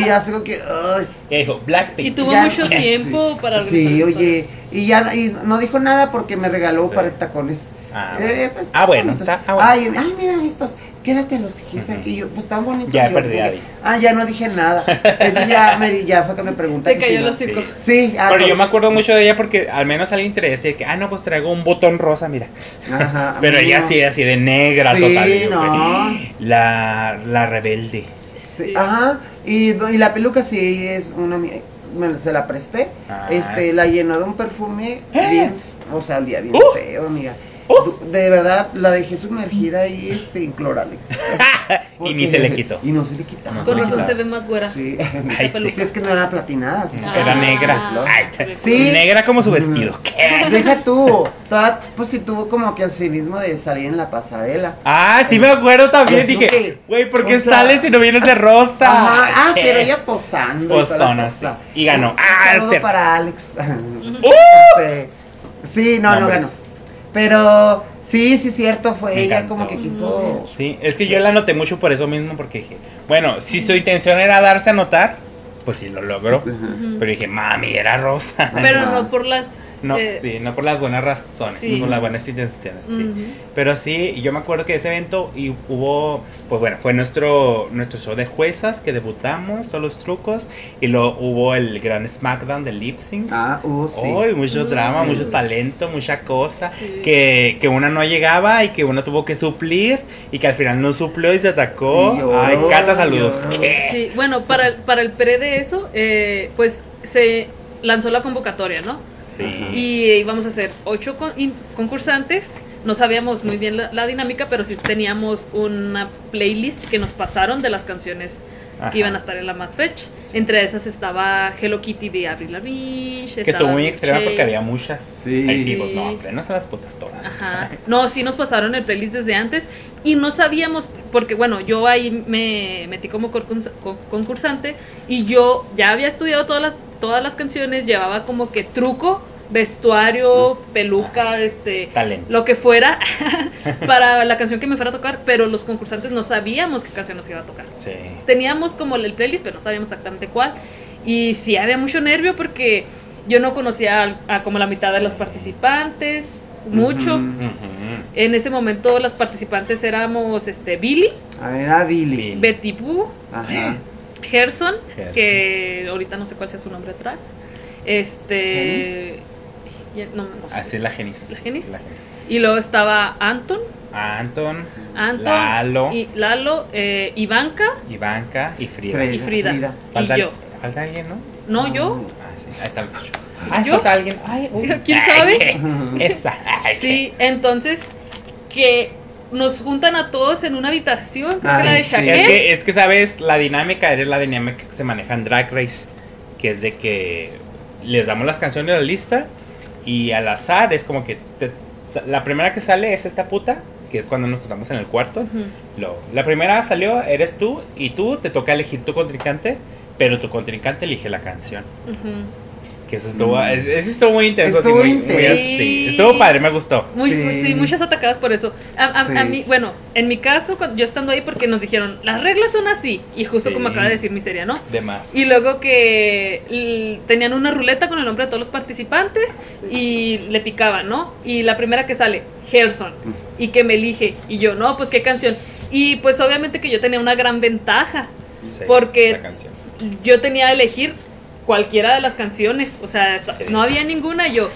Speaker 3: Y ya así como que, ay.
Speaker 1: Y dijo, Blackpink.
Speaker 2: Y tuvo
Speaker 3: Ya-
Speaker 2: mucho
Speaker 3: Sí.
Speaker 2: tiempo para
Speaker 3: Sí,
Speaker 2: organizar
Speaker 3: oye. Y ya y no dijo nada porque me regaló un
Speaker 1: Sí.
Speaker 3: par de tacones.
Speaker 1: Ah,
Speaker 3: Eh,
Speaker 1: bueno.
Speaker 3: pues,
Speaker 1: Ah, bueno,
Speaker 3: bonitos.
Speaker 1: está- ah, bueno.
Speaker 3: Ay, ay, mira estos, quédate los que quise
Speaker 1: Ujú.
Speaker 3: aquí. Yo, pues tan bonitos.
Speaker 1: Ya,
Speaker 3: Y yo así
Speaker 1: perdida,
Speaker 3: como que,
Speaker 1: di.
Speaker 3: Ah, ya no dije nada. Entonces ya, me, di- ya fue que me pregunta.
Speaker 2: Te
Speaker 3: que
Speaker 2: cayó
Speaker 3: si no-
Speaker 2: los-
Speaker 1: Sí.
Speaker 2: cinco.
Speaker 3: Sí, ah,
Speaker 1: Pero yo
Speaker 3: con-
Speaker 1: me acuerdo mucho de ella porque al menos alguien te decía que, ah, no, pues traigo un botón rosa, mira.
Speaker 3: Ajá, a
Speaker 1: Pero
Speaker 3: mí
Speaker 1: ella
Speaker 3: no.
Speaker 1: sí era así de negra
Speaker 3: Ah, Sí,
Speaker 1: total. y yo,
Speaker 3: no.
Speaker 1: güey, La, la rebelde.
Speaker 3: Sí, Ajá, y, do- y la peluca sí es una mía, me la- se la presté,
Speaker 1: Ah,
Speaker 3: este,
Speaker 1: sí.
Speaker 3: la llenó de un perfume
Speaker 1: ¡Eh!
Speaker 3: bien, o sea, olía bien
Speaker 1: ¡Uh!
Speaker 3: feo, amiga.
Speaker 1: ¡Uh!
Speaker 3: Du- De verdad, la dejé sumergida ahí, este, en cloralex.
Speaker 1: Y ni se le quitó.
Speaker 3: Y no se le quitó.
Speaker 1: No se
Speaker 2: Con
Speaker 1: le
Speaker 2: razón
Speaker 1: quitaba.
Speaker 2: se ve más güera.
Speaker 3: Sí.
Speaker 1: Ay,
Speaker 2: peluca.
Speaker 1: sí.
Speaker 3: Sí, es que no era platinada, sí,
Speaker 1: Era
Speaker 2: Ah,
Speaker 1: negra. Ay,
Speaker 2: perfecto.
Speaker 3: Sí. Mm.
Speaker 1: Negra como su vestido. ¿Qué?
Speaker 3: Deja tú, toda, pues sí tuvo como que el cinismo de salir en la pasarela.
Speaker 1: Ah, sí me acuerdo también.
Speaker 3: Pues,
Speaker 1: Dije,
Speaker 3: sí.
Speaker 1: güey, ¿por
Speaker 3: O
Speaker 1: qué
Speaker 3: sea,
Speaker 1: sales si no vienes de rosa?
Speaker 3: Ajá, ah,
Speaker 1: ¿Qué?
Speaker 3: pero ella posando. y toda la
Speaker 1: Postona,
Speaker 3: cosa.
Speaker 1: sí. Y ganó.
Speaker 3: Un
Speaker 1: Ah,
Speaker 3: saludo
Speaker 1: este-
Speaker 3: para Alex.
Speaker 1: ¡Uh!
Speaker 3: Este, sí, no, no
Speaker 1: Nombres.
Speaker 3: ganó. Pero sí, sí, cierto, fue
Speaker 1: Me
Speaker 3: ella
Speaker 1: encantó.
Speaker 3: como que quiso.
Speaker 1: Sí, es que yo la anoté mucho por eso mismo, porque dije, bueno, si su intención era darse a notar, pues sí lo logró.
Speaker 2: Ujú.
Speaker 1: Pero dije, mami, era rosa.
Speaker 2: Pero
Speaker 3: Ajá.
Speaker 2: no por las.
Speaker 1: No,
Speaker 2: eh,
Speaker 1: sí, no por las buenas razones,
Speaker 2: sí.
Speaker 1: no por las buenas intenciones, sí.
Speaker 2: ujú.
Speaker 1: Pero sí, y yo me acuerdo que ese evento y hubo, pues bueno, fue nuestro nuestro show de juezas que debutamos, todos los trucos, y luego hubo el gran SmackDown de Lip Sync.
Speaker 3: Ah, uh, sí.
Speaker 1: Ay, mucho
Speaker 2: Mm.
Speaker 1: drama, mucho talento, mucha cosa.
Speaker 2: Sí.
Speaker 1: Que, que una no llegaba y que uno tuvo que suplir y que al final no suplió y se atacó.
Speaker 3: Sí, lloró,
Speaker 1: Ay, Cata, saludos.
Speaker 3: lloró.
Speaker 1: ¿Qué?
Speaker 2: Sí, bueno, para el, para el pre de eso, eh, pues se lanzó la convocatoria, ¿no?
Speaker 1: Sí.
Speaker 2: Y eh, íbamos a hacer ocho con- in- concursantes. No sabíamos muy bien la, la dinámica, pero sí teníamos una playlist que nos pasaron de las canciones
Speaker 1: Ajá.
Speaker 2: que iban a estar en la más fetch. Entre esas estaba Hello Kitty de Avril Lavigne.
Speaker 1: Que estuvo muy extrema porque había muchas.
Speaker 3: Sí.
Speaker 1: Ahí sí, pues
Speaker 2: Sí.
Speaker 1: no, plenos a las putas todas.
Speaker 2: Ajá. No, sí nos pasaron el playlist desde antes y no sabíamos, porque bueno, yo ahí me metí como concursa- co- concursante y yo ya había estudiado todas las, todas las canciones, llevaba como que truco, vestuario, peluca, este,
Speaker 1: Talento.
Speaker 2: lo que fuera para la canción que me fuera a tocar, pero los concursantes no sabíamos qué canción nos iba a tocar.
Speaker 1: Sí.
Speaker 2: Teníamos como el playlist, pero no sabíamos exactamente cuál. Y sí había mucho nervio porque yo no conocía a, a como la mitad de los
Speaker 1: Sí.
Speaker 2: participantes. mucho.
Speaker 3: Ujú.
Speaker 1: Ujú.
Speaker 2: En ese momento las participantes éramos este Billy,
Speaker 3: A ver, a Billy.
Speaker 1: Billy.
Speaker 2: Betty Boo,
Speaker 3: Ajá.
Speaker 2: Gerson,
Speaker 1: Gerson.
Speaker 2: que ahorita no sé cuál sea su nombre atrás. Este y- no, no sé.
Speaker 1: Así es la genis.
Speaker 2: ¿La Genis?
Speaker 1: La genis.
Speaker 2: Y luego estaba Anton,
Speaker 1: Anton,
Speaker 2: Anton
Speaker 1: Lalo.
Speaker 2: y Lalo, eh, Ivanka,
Speaker 1: Ivanka y Frida.
Speaker 3: Frida.
Speaker 2: y Frida.
Speaker 3: Frida.
Speaker 1: Falta,
Speaker 2: Y yo.
Speaker 1: falta alguien, ¿no?
Speaker 2: No yo.
Speaker 1: Ah, sí, ahí están los ocho.
Speaker 2: Ah,
Speaker 1: Ah,
Speaker 2: ¿yo?
Speaker 1: falta alguien. Ay, uy.
Speaker 2: ¿Quién
Speaker 1: Ay,
Speaker 2: sabe?
Speaker 1: qué. Esa. Ay,
Speaker 2: Sí, entonces que nos juntan a todos en una habitación, creo
Speaker 3: Ah,
Speaker 2: que la de
Speaker 3: sí.
Speaker 1: qué.
Speaker 2: Shaquem.
Speaker 1: Es que, es que, ¿sabes? La dinámica es la dinámica que se maneja en Drag Race. Que es de que les damos las canciones de la lista y al azar es como que te- la primera que sale es esta puta, que es cuando nos juntamos en el cuarto.
Speaker 2: Ujú.
Speaker 1: Lo- la primera salió, eres tú, y tú te toca elegir tu contrincante, pero tu contrincante elige la canción.
Speaker 2: Ujú.
Speaker 1: Que eso estuvo,
Speaker 3: Mm.
Speaker 1: es- eso estuvo muy intenso.
Speaker 3: Estuvo
Speaker 1: sí, muy-
Speaker 3: intenso.
Speaker 1: muy-
Speaker 2: Sí.
Speaker 1: sí, Estuvo padre, me gustó.
Speaker 2: Muy,
Speaker 3: Sí.
Speaker 2: pues, sí, muchas atacadas por eso. A, a-
Speaker 3: Sí.
Speaker 2: a mí, bueno, en mi caso, cuando- yo estando ahí porque nos dijeron, las reglas son así, y justo
Speaker 1: Sí.
Speaker 2: como acaba de decir Miseria, ¿no?
Speaker 1: De más.
Speaker 2: Y luego que l- tenían una ruleta con el nombre de todos los participantes y le picaban, ¿no? Y la primera que sale, Gerson,
Speaker 3: Ah.
Speaker 2: y que me elige, y yo, no, pues qué canción. Y pues obviamente que yo tenía una gran ventaja,
Speaker 1: Sí,
Speaker 2: Porque-
Speaker 1: La canción.
Speaker 2: yo tenía que elegir cualquiera de las canciones, o sea,
Speaker 1: Sí.
Speaker 2: no había ninguna y yo.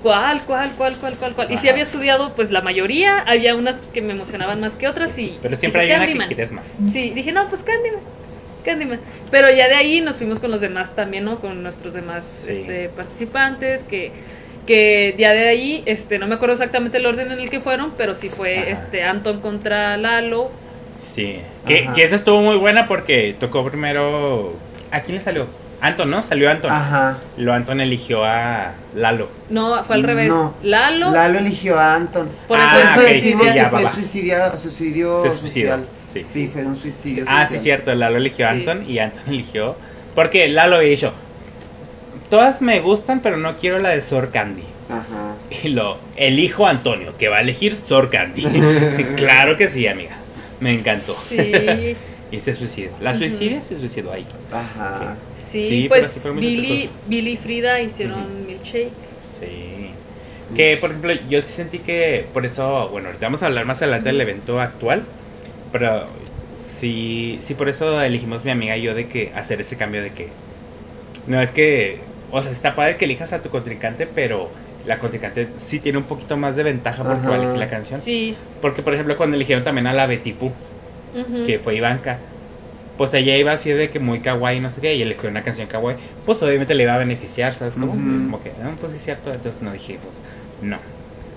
Speaker 2: ¿Cuál, cuál, cuál, cuál, cuál, cuál? Y si
Speaker 1: Ajá.
Speaker 2: había estudiado, pues la mayoría, había unas que me emocionaban más que otras y...
Speaker 1: Pero siempre
Speaker 2: dije,
Speaker 1: hay una
Speaker 2: Candyman.
Speaker 1: que quieres más.
Speaker 2: Sí, dije, no, pues Candyman, Candyman. Pero ya de ahí nos fuimos con los demás también, ¿no? Con nuestros demás
Speaker 1: Sí.
Speaker 2: este, participantes, que, que ya de ahí, este, no me acuerdo exactamente el orden en el que fueron, pero sí fue
Speaker 1: Ajá.
Speaker 2: este Anton contra Lalo,
Speaker 1: Sí. Que,
Speaker 3: Ajá.
Speaker 1: que esa estuvo muy buena porque tocó primero. ¿A quién le salió? Anton, ¿no? Salió Anton.
Speaker 3: Ajá.
Speaker 1: Lo Anton eligió a Lalo.
Speaker 2: no, fue al revés,
Speaker 3: No.
Speaker 2: Lalo,
Speaker 3: Lalo eligió a Anton.
Speaker 2: Por
Speaker 1: Ah,
Speaker 3: Por
Speaker 2: eso,
Speaker 3: eso
Speaker 1: ok,
Speaker 3: decimos
Speaker 1: sí,
Speaker 3: que
Speaker 1: ya,
Speaker 3: fue
Speaker 1: va, va.
Speaker 3: suicidio, suicidio
Speaker 1: Se suicidó,
Speaker 3: social.
Speaker 1: sí.
Speaker 3: fue un suicidio
Speaker 1: Ah,
Speaker 3: social.
Speaker 1: sí, cierto, Lalo eligió a
Speaker 2: Sí.
Speaker 1: Anton y Anton eligió. Porque Lalo había dicho: Todas me gustan, pero no quiero la de Sor Candy.
Speaker 3: Ajá.
Speaker 1: Y lo elijo a Antonio, que va a elegir Sor Candy. claro que sí, amiga. Me encantó.
Speaker 2: sí.
Speaker 1: Y se suicidó. La
Speaker 2: Ujú.
Speaker 1: suicidia se suicidó ahí.
Speaker 3: Ajá.
Speaker 2: Sí,
Speaker 1: Sí, pero
Speaker 2: pues
Speaker 1: sí fueron muy
Speaker 2: Billy,
Speaker 1: secretos.
Speaker 2: Billy y Frida hicieron
Speaker 1: Ujú.
Speaker 2: milkshake.
Speaker 1: Sí. Que, por ejemplo, yo sí sentí que, por eso, bueno, ahorita vamos a hablar más adelante del evento actual, pero sí, sí, por eso elegimos mi amiga y yo de que hacer ese cambio de que, no es que, o sea, está padre que elijas a tu contrincante, pero la contrincante sí tiene un poquito más de ventaja porque va a
Speaker 3: Ajá.
Speaker 1: elegir la canción.
Speaker 2: Sí.
Speaker 1: Porque, por ejemplo, cuando eligieron también a la Betipú,
Speaker 2: ujú.
Speaker 1: que fue Ivanka. Pues ella iba así de que muy kawaii, no sé qué, y eligió una canción kawaii. Pues obviamente le iba a beneficiar, ¿sabes cómo?
Speaker 3: Ujú.
Speaker 1: Es como que, ah, pues sí es cierto, entonces no dije, pues no.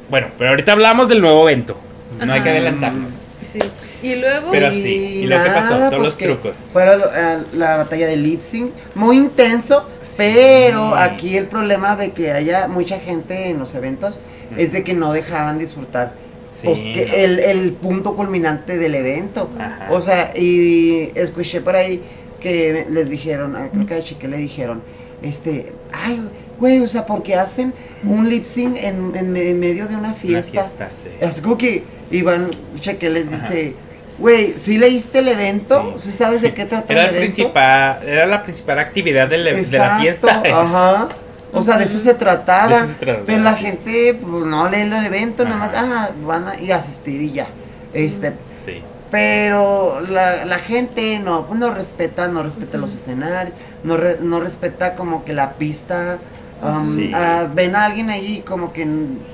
Speaker 1: Bueno, pero ahorita hablamos del nuevo evento. No hay que
Speaker 2: Ajá.
Speaker 1: adelantarnos.
Speaker 2: Sí. Y luego...
Speaker 1: Pero sí, ¿y lo que pasó? Todos los
Speaker 3: pues que
Speaker 1: trucos.
Speaker 3: Fuera lo- a la batalla de lip sync, muy intenso, pero aquí el problema de que haya mucha gente en los eventos es de que no dejaban disfrutar
Speaker 1: Sí.
Speaker 3: pues, que el, el punto culminante del evento.
Speaker 1: Ajá.
Speaker 3: O sea, y escuché por ahí que les dijeron, ah, creo que a Chique le dijeron, este, ay, güey, o sea, porque hacen un lip sync en, en- en medio de una
Speaker 1: Una
Speaker 3: fiesta.
Speaker 1: sí.
Speaker 3: Así como que Iván Cheque les dice, güey, ¿sí leíste el evento?
Speaker 1: Sí.
Speaker 3: ¿Sí sabes de qué trata
Speaker 1: Era,
Speaker 3: el
Speaker 1: el
Speaker 3: evento?
Speaker 1: principal, era la principal actividad del- de, la
Speaker 3: Exacto,
Speaker 1: fiesta.
Speaker 3: Ajá. O sea, de eso se trataba.
Speaker 1: De eso se trataba.
Speaker 3: Pero la gente pues, no lee el evento, nada más,
Speaker 1: Ajá.
Speaker 3: ah, van a ir a asistir y ya. Este,
Speaker 1: Sí.
Speaker 3: pero la, la gente no, pues, no respeta, no respeta
Speaker 2: Ujú.
Speaker 3: los escenarios, no, re- no respeta como que la pista. um,
Speaker 1: Sí.
Speaker 3: ah, ven a alguien ahí y como que,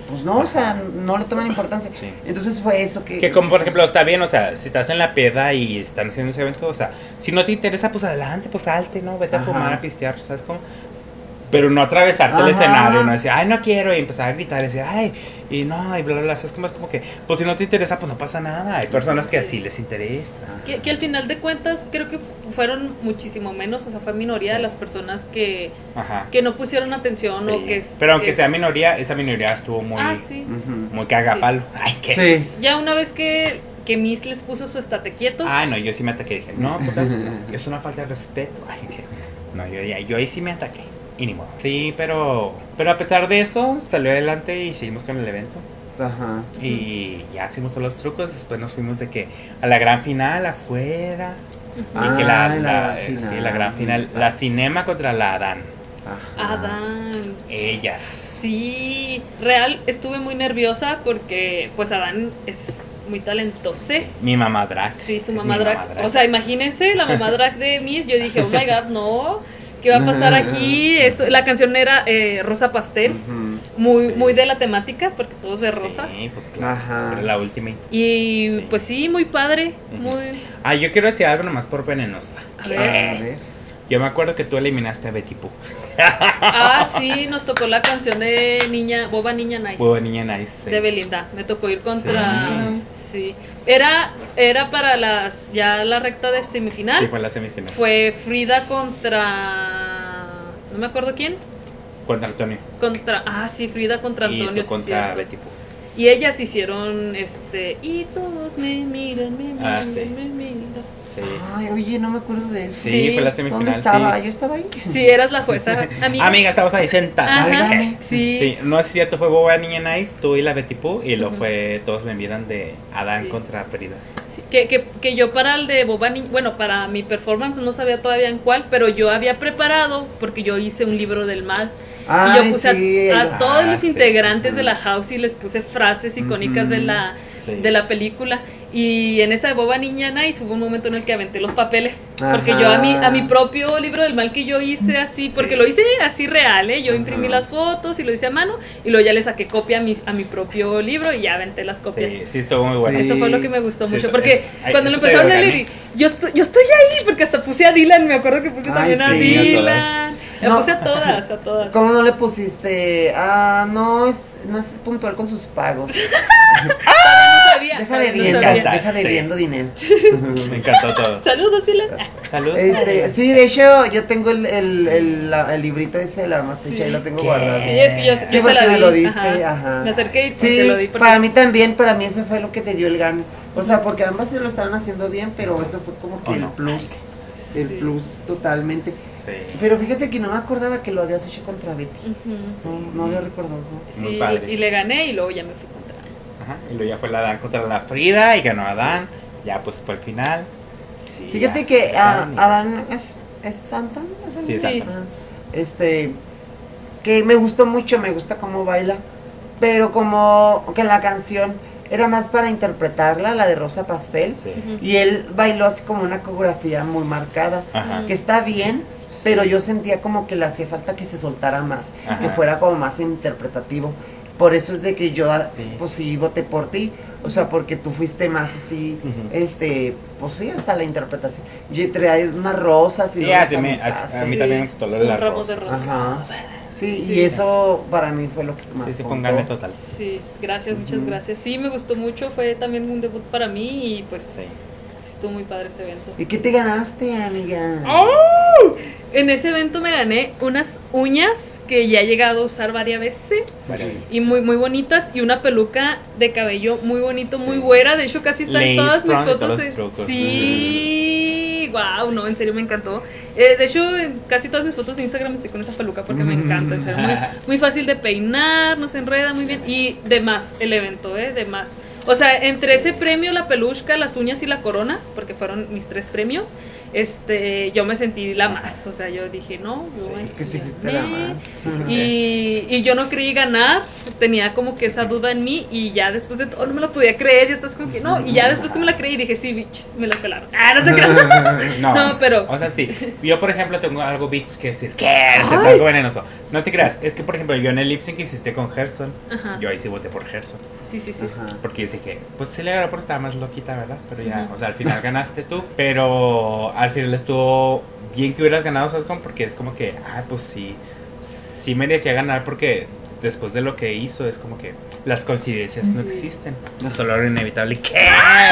Speaker 3: pues no, o sea, no le toman importancia.
Speaker 1: Sí.
Speaker 3: Entonces fue eso que...
Speaker 1: Que como por ejemplo está bien, o sea, si estás en la peda y están haciendo ese evento, o sea, si no te interesa, pues adelante, pues salte, ¿no? Vete a
Speaker 3: Ajá.
Speaker 1: fumar, a pistear, ¿sabes cómo? Pero no atravesarte el
Speaker 3: Ajá.
Speaker 1: escenario, no decir, ay, no quiero, y empezar a gritar, y decir, ay, y no, y bla, bla, bla, ¿sabes cómo? Es como que, pues si no te interesa, pues no pasa nada. Hay personas que así les interesa.
Speaker 2: Que, que al final de cuentas creo que fu- fueron muchísimo menos, o sea, fue minoría
Speaker 1: Sí.
Speaker 2: de las personas que,
Speaker 1: Ajá.
Speaker 2: que no pusieron atención o
Speaker 1: Sí.
Speaker 2: que... es-
Speaker 1: Pero aunque
Speaker 2: que-
Speaker 1: sea minoría, esa minoría estuvo muy, Mm.
Speaker 2: Ah, sí.
Speaker 3: Ujú.
Speaker 1: muy cagapalo. Ay, qué.
Speaker 3: Sí.
Speaker 2: Ya una vez que, que Miss les puso su estate quieto,
Speaker 1: Ah, no, yo sí me ataqué. Dije, no, putas, no, es una falta de respeto. Ay, que- No, yo, ya- yo ahí sí me ataqué. Y ni modo. Sí, pero, pero a pesar de eso, salió adelante y seguimos con el evento.
Speaker 3: Ajá.
Speaker 1: Y ya hicimos todos los trucos. Después nos fuimos de que a la gran final, afuera. Y
Speaker 3: Ah,
Speaker 1: que la,
Speaker 3: la
Speaker 1: la-
Speaker 3: gran
Speaker 1: eh, sí, la
Speaker 3: final.
Speaker 1: gran final, la cinema contra la Adán.
Speaker 3: Ajá.
Speaker 2: Adán.
Speaker 1: Ellas.
Speaker 2: Sí, real, estuve muy nerviosa porque pues Adán es muy talentoso.
Speaker 1: Mi mamá drag.
Speaker 2: Sí, su
Speaker 1: Es
Speaker 2: mamá
Speaker 1: mi
Speaker 2: drag. O sea, imagínense la mamá drag de Miss. Yo dije, oh my god, no. ¿Qué va a pasar aquí? Esto- la canción era eh, Rosa Pastel.
Speaker 3: Ujú.
Speaker 2: Muy,
Speaker 1: Sí.
Speaker 2: muy de la temática, porque todo es de
Speaker 1: Sí,
Speaker 2: rosa.
Speaker 1: pues claro.
Speaker 3: Ajá.
Speaker 1: Era la última.
Speaker 2: Y
Speaker 1: Sí.
Speaker 2: pues sí, muy padre.
Speaker 1: Ujú.
Speaker 2: Muy.
Speaker 1: Ah, yo quiero decir algo nomás por venenosa.
Speaker 2: A
Speaker 3: A
Speaker 2: ver.
Speaker 3: ver.
Speaker 1: Yo me acuerdo que tú eliminaste a Betty Poo.
Speaker 2: Ah, sí, nos tocó la canción de Niña, Boba Niña Nice.
Speaker 1: Poo, niña nice. sí.
Speaker 2: De Belinda. Me tocó ir contra.
Speaker 3: Sí.
Speaker 2: Sí. Era, era para las. Ya la recta de semifinal.
Speaker 1: Sí, fue la semifinal.
Speaker 2: Fue Frida contra. No me acuerdo quién.
Speaker 1: Contra Antonio.
Speaker 2: Contra. Ah, sí, Frida contra
Speaker 1: y
Speaker 2: Antonio.
Speaker 1: tú
Speaker 2: sí,
Speaker 1: contra
Speaker 2: cierto.
Speaker 1: Betty Poo.
Speaker 2: Y ellas hicieron este. Y todos me miran, me miran,
Speaker 1: Ah, sí.
Speaker 2: me miran.
Speaker 1: Sí.
Speaker 3: Ay, oye, no me acuerdo de eso.
Speaker 1: Sí,
Speaker 2: Ah, Sí.
Speaker 1: fue la semifinal.
Speaker 3: ¿Dónde estaba?
Speaker 1: Sí.
Speaker 3: Yo estaba ahí.
Speaker 2: Sí, eras la jueza. Amiga.
Speaker 1: Amiga, estabas ahí sentada.
Speaker 2: Ajá.
Speaker 3: válgame.
Speaker 2: Sí.
Speaker 1: Sí, no es cierto, fue Boba Niña Nice, tú y la Betty Poo, y lo
Speaker 2: Ujú.
Speaker 1: fue Todos me miran de Adán
Speaker 2: Sí.
Speaker 1: contra Frida.
Speaker 2: Sí, que, que, que yo para el de Boba Ni- bueno, para mi performance no sabía todavía en cuál, pero yo había preparado, porque yo hice un libro del mal,
Speaker 3: Ah,
Speaker 2: y yo puse a-
Speaker 3: sí.
Speaker 2: a,
Speaker 3: ahí va.
Speaker 2: todos los
Speaker 1: sí.
Speaker 2: integrantes de
Speaker 3: Ujú.
Speaker 2: la house y les puse frases icónicas de
Speaker 3: Ujú.
Speaker 2: la
Speaker 1: Sí.
Speaker 2: de la película. Y en esa de Boba Niña Nice hubo un momento en el que aventé los papeles. Porque yo a mi, a mi
Speaker 3: Ajá.
Speaker 2: propio libro del mal que yo hice así, porque
Speaker 1: Sí.
Speaker 2: lo hice así real, ¿eh? Yo imprimí
Speaker 3: Ajá.
Speaker 2: las fotos y lo hice a mano y luego ya le saqué copia a mi, a mi propio libro y ya aventé las copias.
Speaker 1: Sí, sí, estuvo muy bueno.
Speaker 3: Sí.
Speaker 2: Eso fue lo que me gustó
Speaker 1: Sí,
Speaker 2: mucho.
Speaker 1: eso-
Speaker 2: Porque
Speaker 1: es- ay,
Speaker 2: cuando lo
Speaker 1: eso te
Speaker 2: empezaron a
Speaker 1: gané.
Speaker 2: leer, y yo, estoy, yo estoy ahí, porque hasta puse a Dylan. Me acuerdo que puse
Speaker 3: Ay,
Speaker 2: también a
Speaker 3: sí, a
Speaker 2: Dylan.
Speaker 3: todas.
Speaker 2: Le
Speaker 3: No.
Speaker 2: puse a todas, a todas.
Speaker 3: ¿Cómo no le pusiste? Ah, no es, no es puntual con sus pagos.
Speaker 2: No sabía.
Speaker 3: Deja de
Speaker 2: no
Speaker 3: viendo,
Speaker 2: sabía.
Speaker 1: encanta.
Speaker 3: deja de
Speaker 1: Sí.
Speaker 3: viendo dinero.
Speaker 1: Me encantó todo.
Speaker 2: Saludos, Dylan.
Speaker 1: Saludos.
Speaker 3: Este, sí, de hecho, yo tengo el, el,
Speaker 1: Sí.
Speaker 3: el, la- el librito ese de la masticha
Speaker 2: Sí.
Speaker 3: y lo tengo
Speaker 1: ¿Qué?
Speaker 3: guardado.
Speaker 2: Sí, es que yo,
Speaker 1: Sí,
Speaker 2: yo se
Speaker 3: porque
Speaker 2: la
Speaker 3: me
Speaker 2: di.
Speaker 3: lo diste,
Speaker 2: ajá.
Speaker 3: ajá.
Speaker 2: Me acerqué y
Speaker 3: Sí,
Speaker 2: te lo di. porque-
Speaker 3: para mí también, para mí eso fue lo que te dio el gane. O sea, porque ambas se lo estaban haciendo bien, pero eso fue como que
Speaker 1: Oh,
Speaker 3: el
Speaker 1: no.
Speaker 3: plus, el
Speaker 2: Sí.
Speaker 3: plus totalmente.
Speaker 1: Sí.
Speaker 3: Pero fíjate que no me acordaba que lo habías hecho contra Betty.
Speaker 2: Ujú.
Speaker 3: No, no había recordado.
Speaker 1: Muy
Speaker 2: Sí,
Speaker 1: padre.
Speaker 2: y le gané y luego ya me fui contra.
Speaker 1: Ajá, y luego ya fue la Adán contra la Frida y ganó Adán. Ya pues fue el final. Sí,
Speaker 3: Fíjate
Speaker 1: ya.
Speaker 3: que ah,
Speaker 1: Adán y-
Speaker 3: Adán es, es Santo, ¿no? ¿Es el
Speaker 1: Sí, es
Speaker 3: mismo?
Speaker 1: Santo.
Speaker 3: Ah, Este, que me gustó mucho, me gusta cómo baila, pero como que la canción era más para interpretarla, la de Rosa Pastel,
Speaker 1: Sí.
Speaker 2: Ujú.
Speaker 3: y él bailó así como una coreografía muy marcada,
Speaker 1: Ajá.
Speaker 3: que está bien, pero
Speaker 1: Sí.
Speaker 3: yo sentía como que le hacía falta que se soltara más, que
Speaker 1: Ajá.
Speaker 3: fuera como más interpretativo. Por eso es de que yo, ah,
Speaker 1: Sí.
Speaker 3: pues sí, voté por ti, o sea, porque tú fuiste más así,
Speaker 1: Ujú.
Speaker 3: este, pues sí, hasta la interpretación. Y traes unas rosas y
Speaker 1: Sí,
Speaker 3: luego
Speaker 1: así
Speaker 3: las
Speaker 1: me- así- a mí
Speaker 3: aventaste.
Speaker 1: también me gustó lo de
Speaker 2: un
Speaker 1: la
Speaker 2: ramo
Speaker 1: rosa.
Speaker 2: de rosas.
Speaker 3: Ajá. Sí,
Speaker 2: Sí.
Speaker 3: y eso para mí fue lo que más
Speaker 1: Sí, sí, fue un
Speaker 3: contó.
Speaker 1: gane total.
Speaker 2: Sí, gracias, muchas
Speaker 3: Ujú.
Speaker 2: gracias. Sí, me gustó mucho, fue también un debut para mí y pues
Speaker 1: Sí.
Speaker 2: estuvo muy padre ese evento.
Speaker 3: ¿Y qué te ganaste, amiga?
Speaker 2: ¡Oh! En ese evento me gané unas uñas que ya he llegado a usar varias veces
Speaker 1: Vale.
Speaker 2: y muy muy bonitas y una peluca de cabello muy bonito, muy
Speaker 1: Sí.
Speaker 2: güera, de hecho casi están
Speaker 1: Le
Speaker 2: todas
Speaker 1: hizo
Speaker 2: mis
Speaker 1: de
Speaker 2: fotos.
Speaker 1: todos los
Speaker 2: en-
Speaker 1: trucos.
Speaker 2: Sí, wow, no, en serio me encantó. Eh, de hecho, en casi todas mis fotos de Instagram estoy con esa peluca porque me encanta, en serio, muy, muy fácil de peinar, no se enreda muy bien y de más el evento, eh, de más. O sea, entre ese premio, la peluca, las uñas y la corona, porque fueron mis tres premios, este, yo me sentí la más, o sea, yo dije, no, yo
Speaker 1: Sí,
Speaker 3: Es que sí
Speaker 2: gané.
Speaker 3: fuiste la más.
Speaker 2: Y, y yo no creí ganar, tenía como que esa duda en mí y ya después de todo no me lo podía creer, ya estás como que no, y ya después que me la creí dije, sí, bichos, me la pelaron. Ah, no te creas.
Speaker 1: No,
Speaker 2: No, pero-
Speaker 1: O sea, sí. Yo, por ejemplo, tengo algo bitch que decir. ¿Qué? Se fue algo venenoso. No te creas. Es que, por ejemplo, yo en el lip sync que hiciste con Gerson,
Speaker 2: Ajá.
Speaker 1: yo ahí sí voté por Gerson.
Speaker 2: Sí, sí, sí.
Speaker 3: Ajá.
Speaker 1: Porque yo que pues sí le ganó por estar más loquita, ¿verdad? Pero ya,
Speaker 2: Ujú.
Speaker 1: o sea, al final ganaste tú. Pero al final estuvo bien que hubieras ganado, ¿sabes? cómo? Porque es como que, ah, pues sí, sí merecía ganar porque después de lo que hizo es como que las coincidencias no
Speaker 2: Sí.
Speaker 1: existen. Solo lo inevitable. ¿Qué?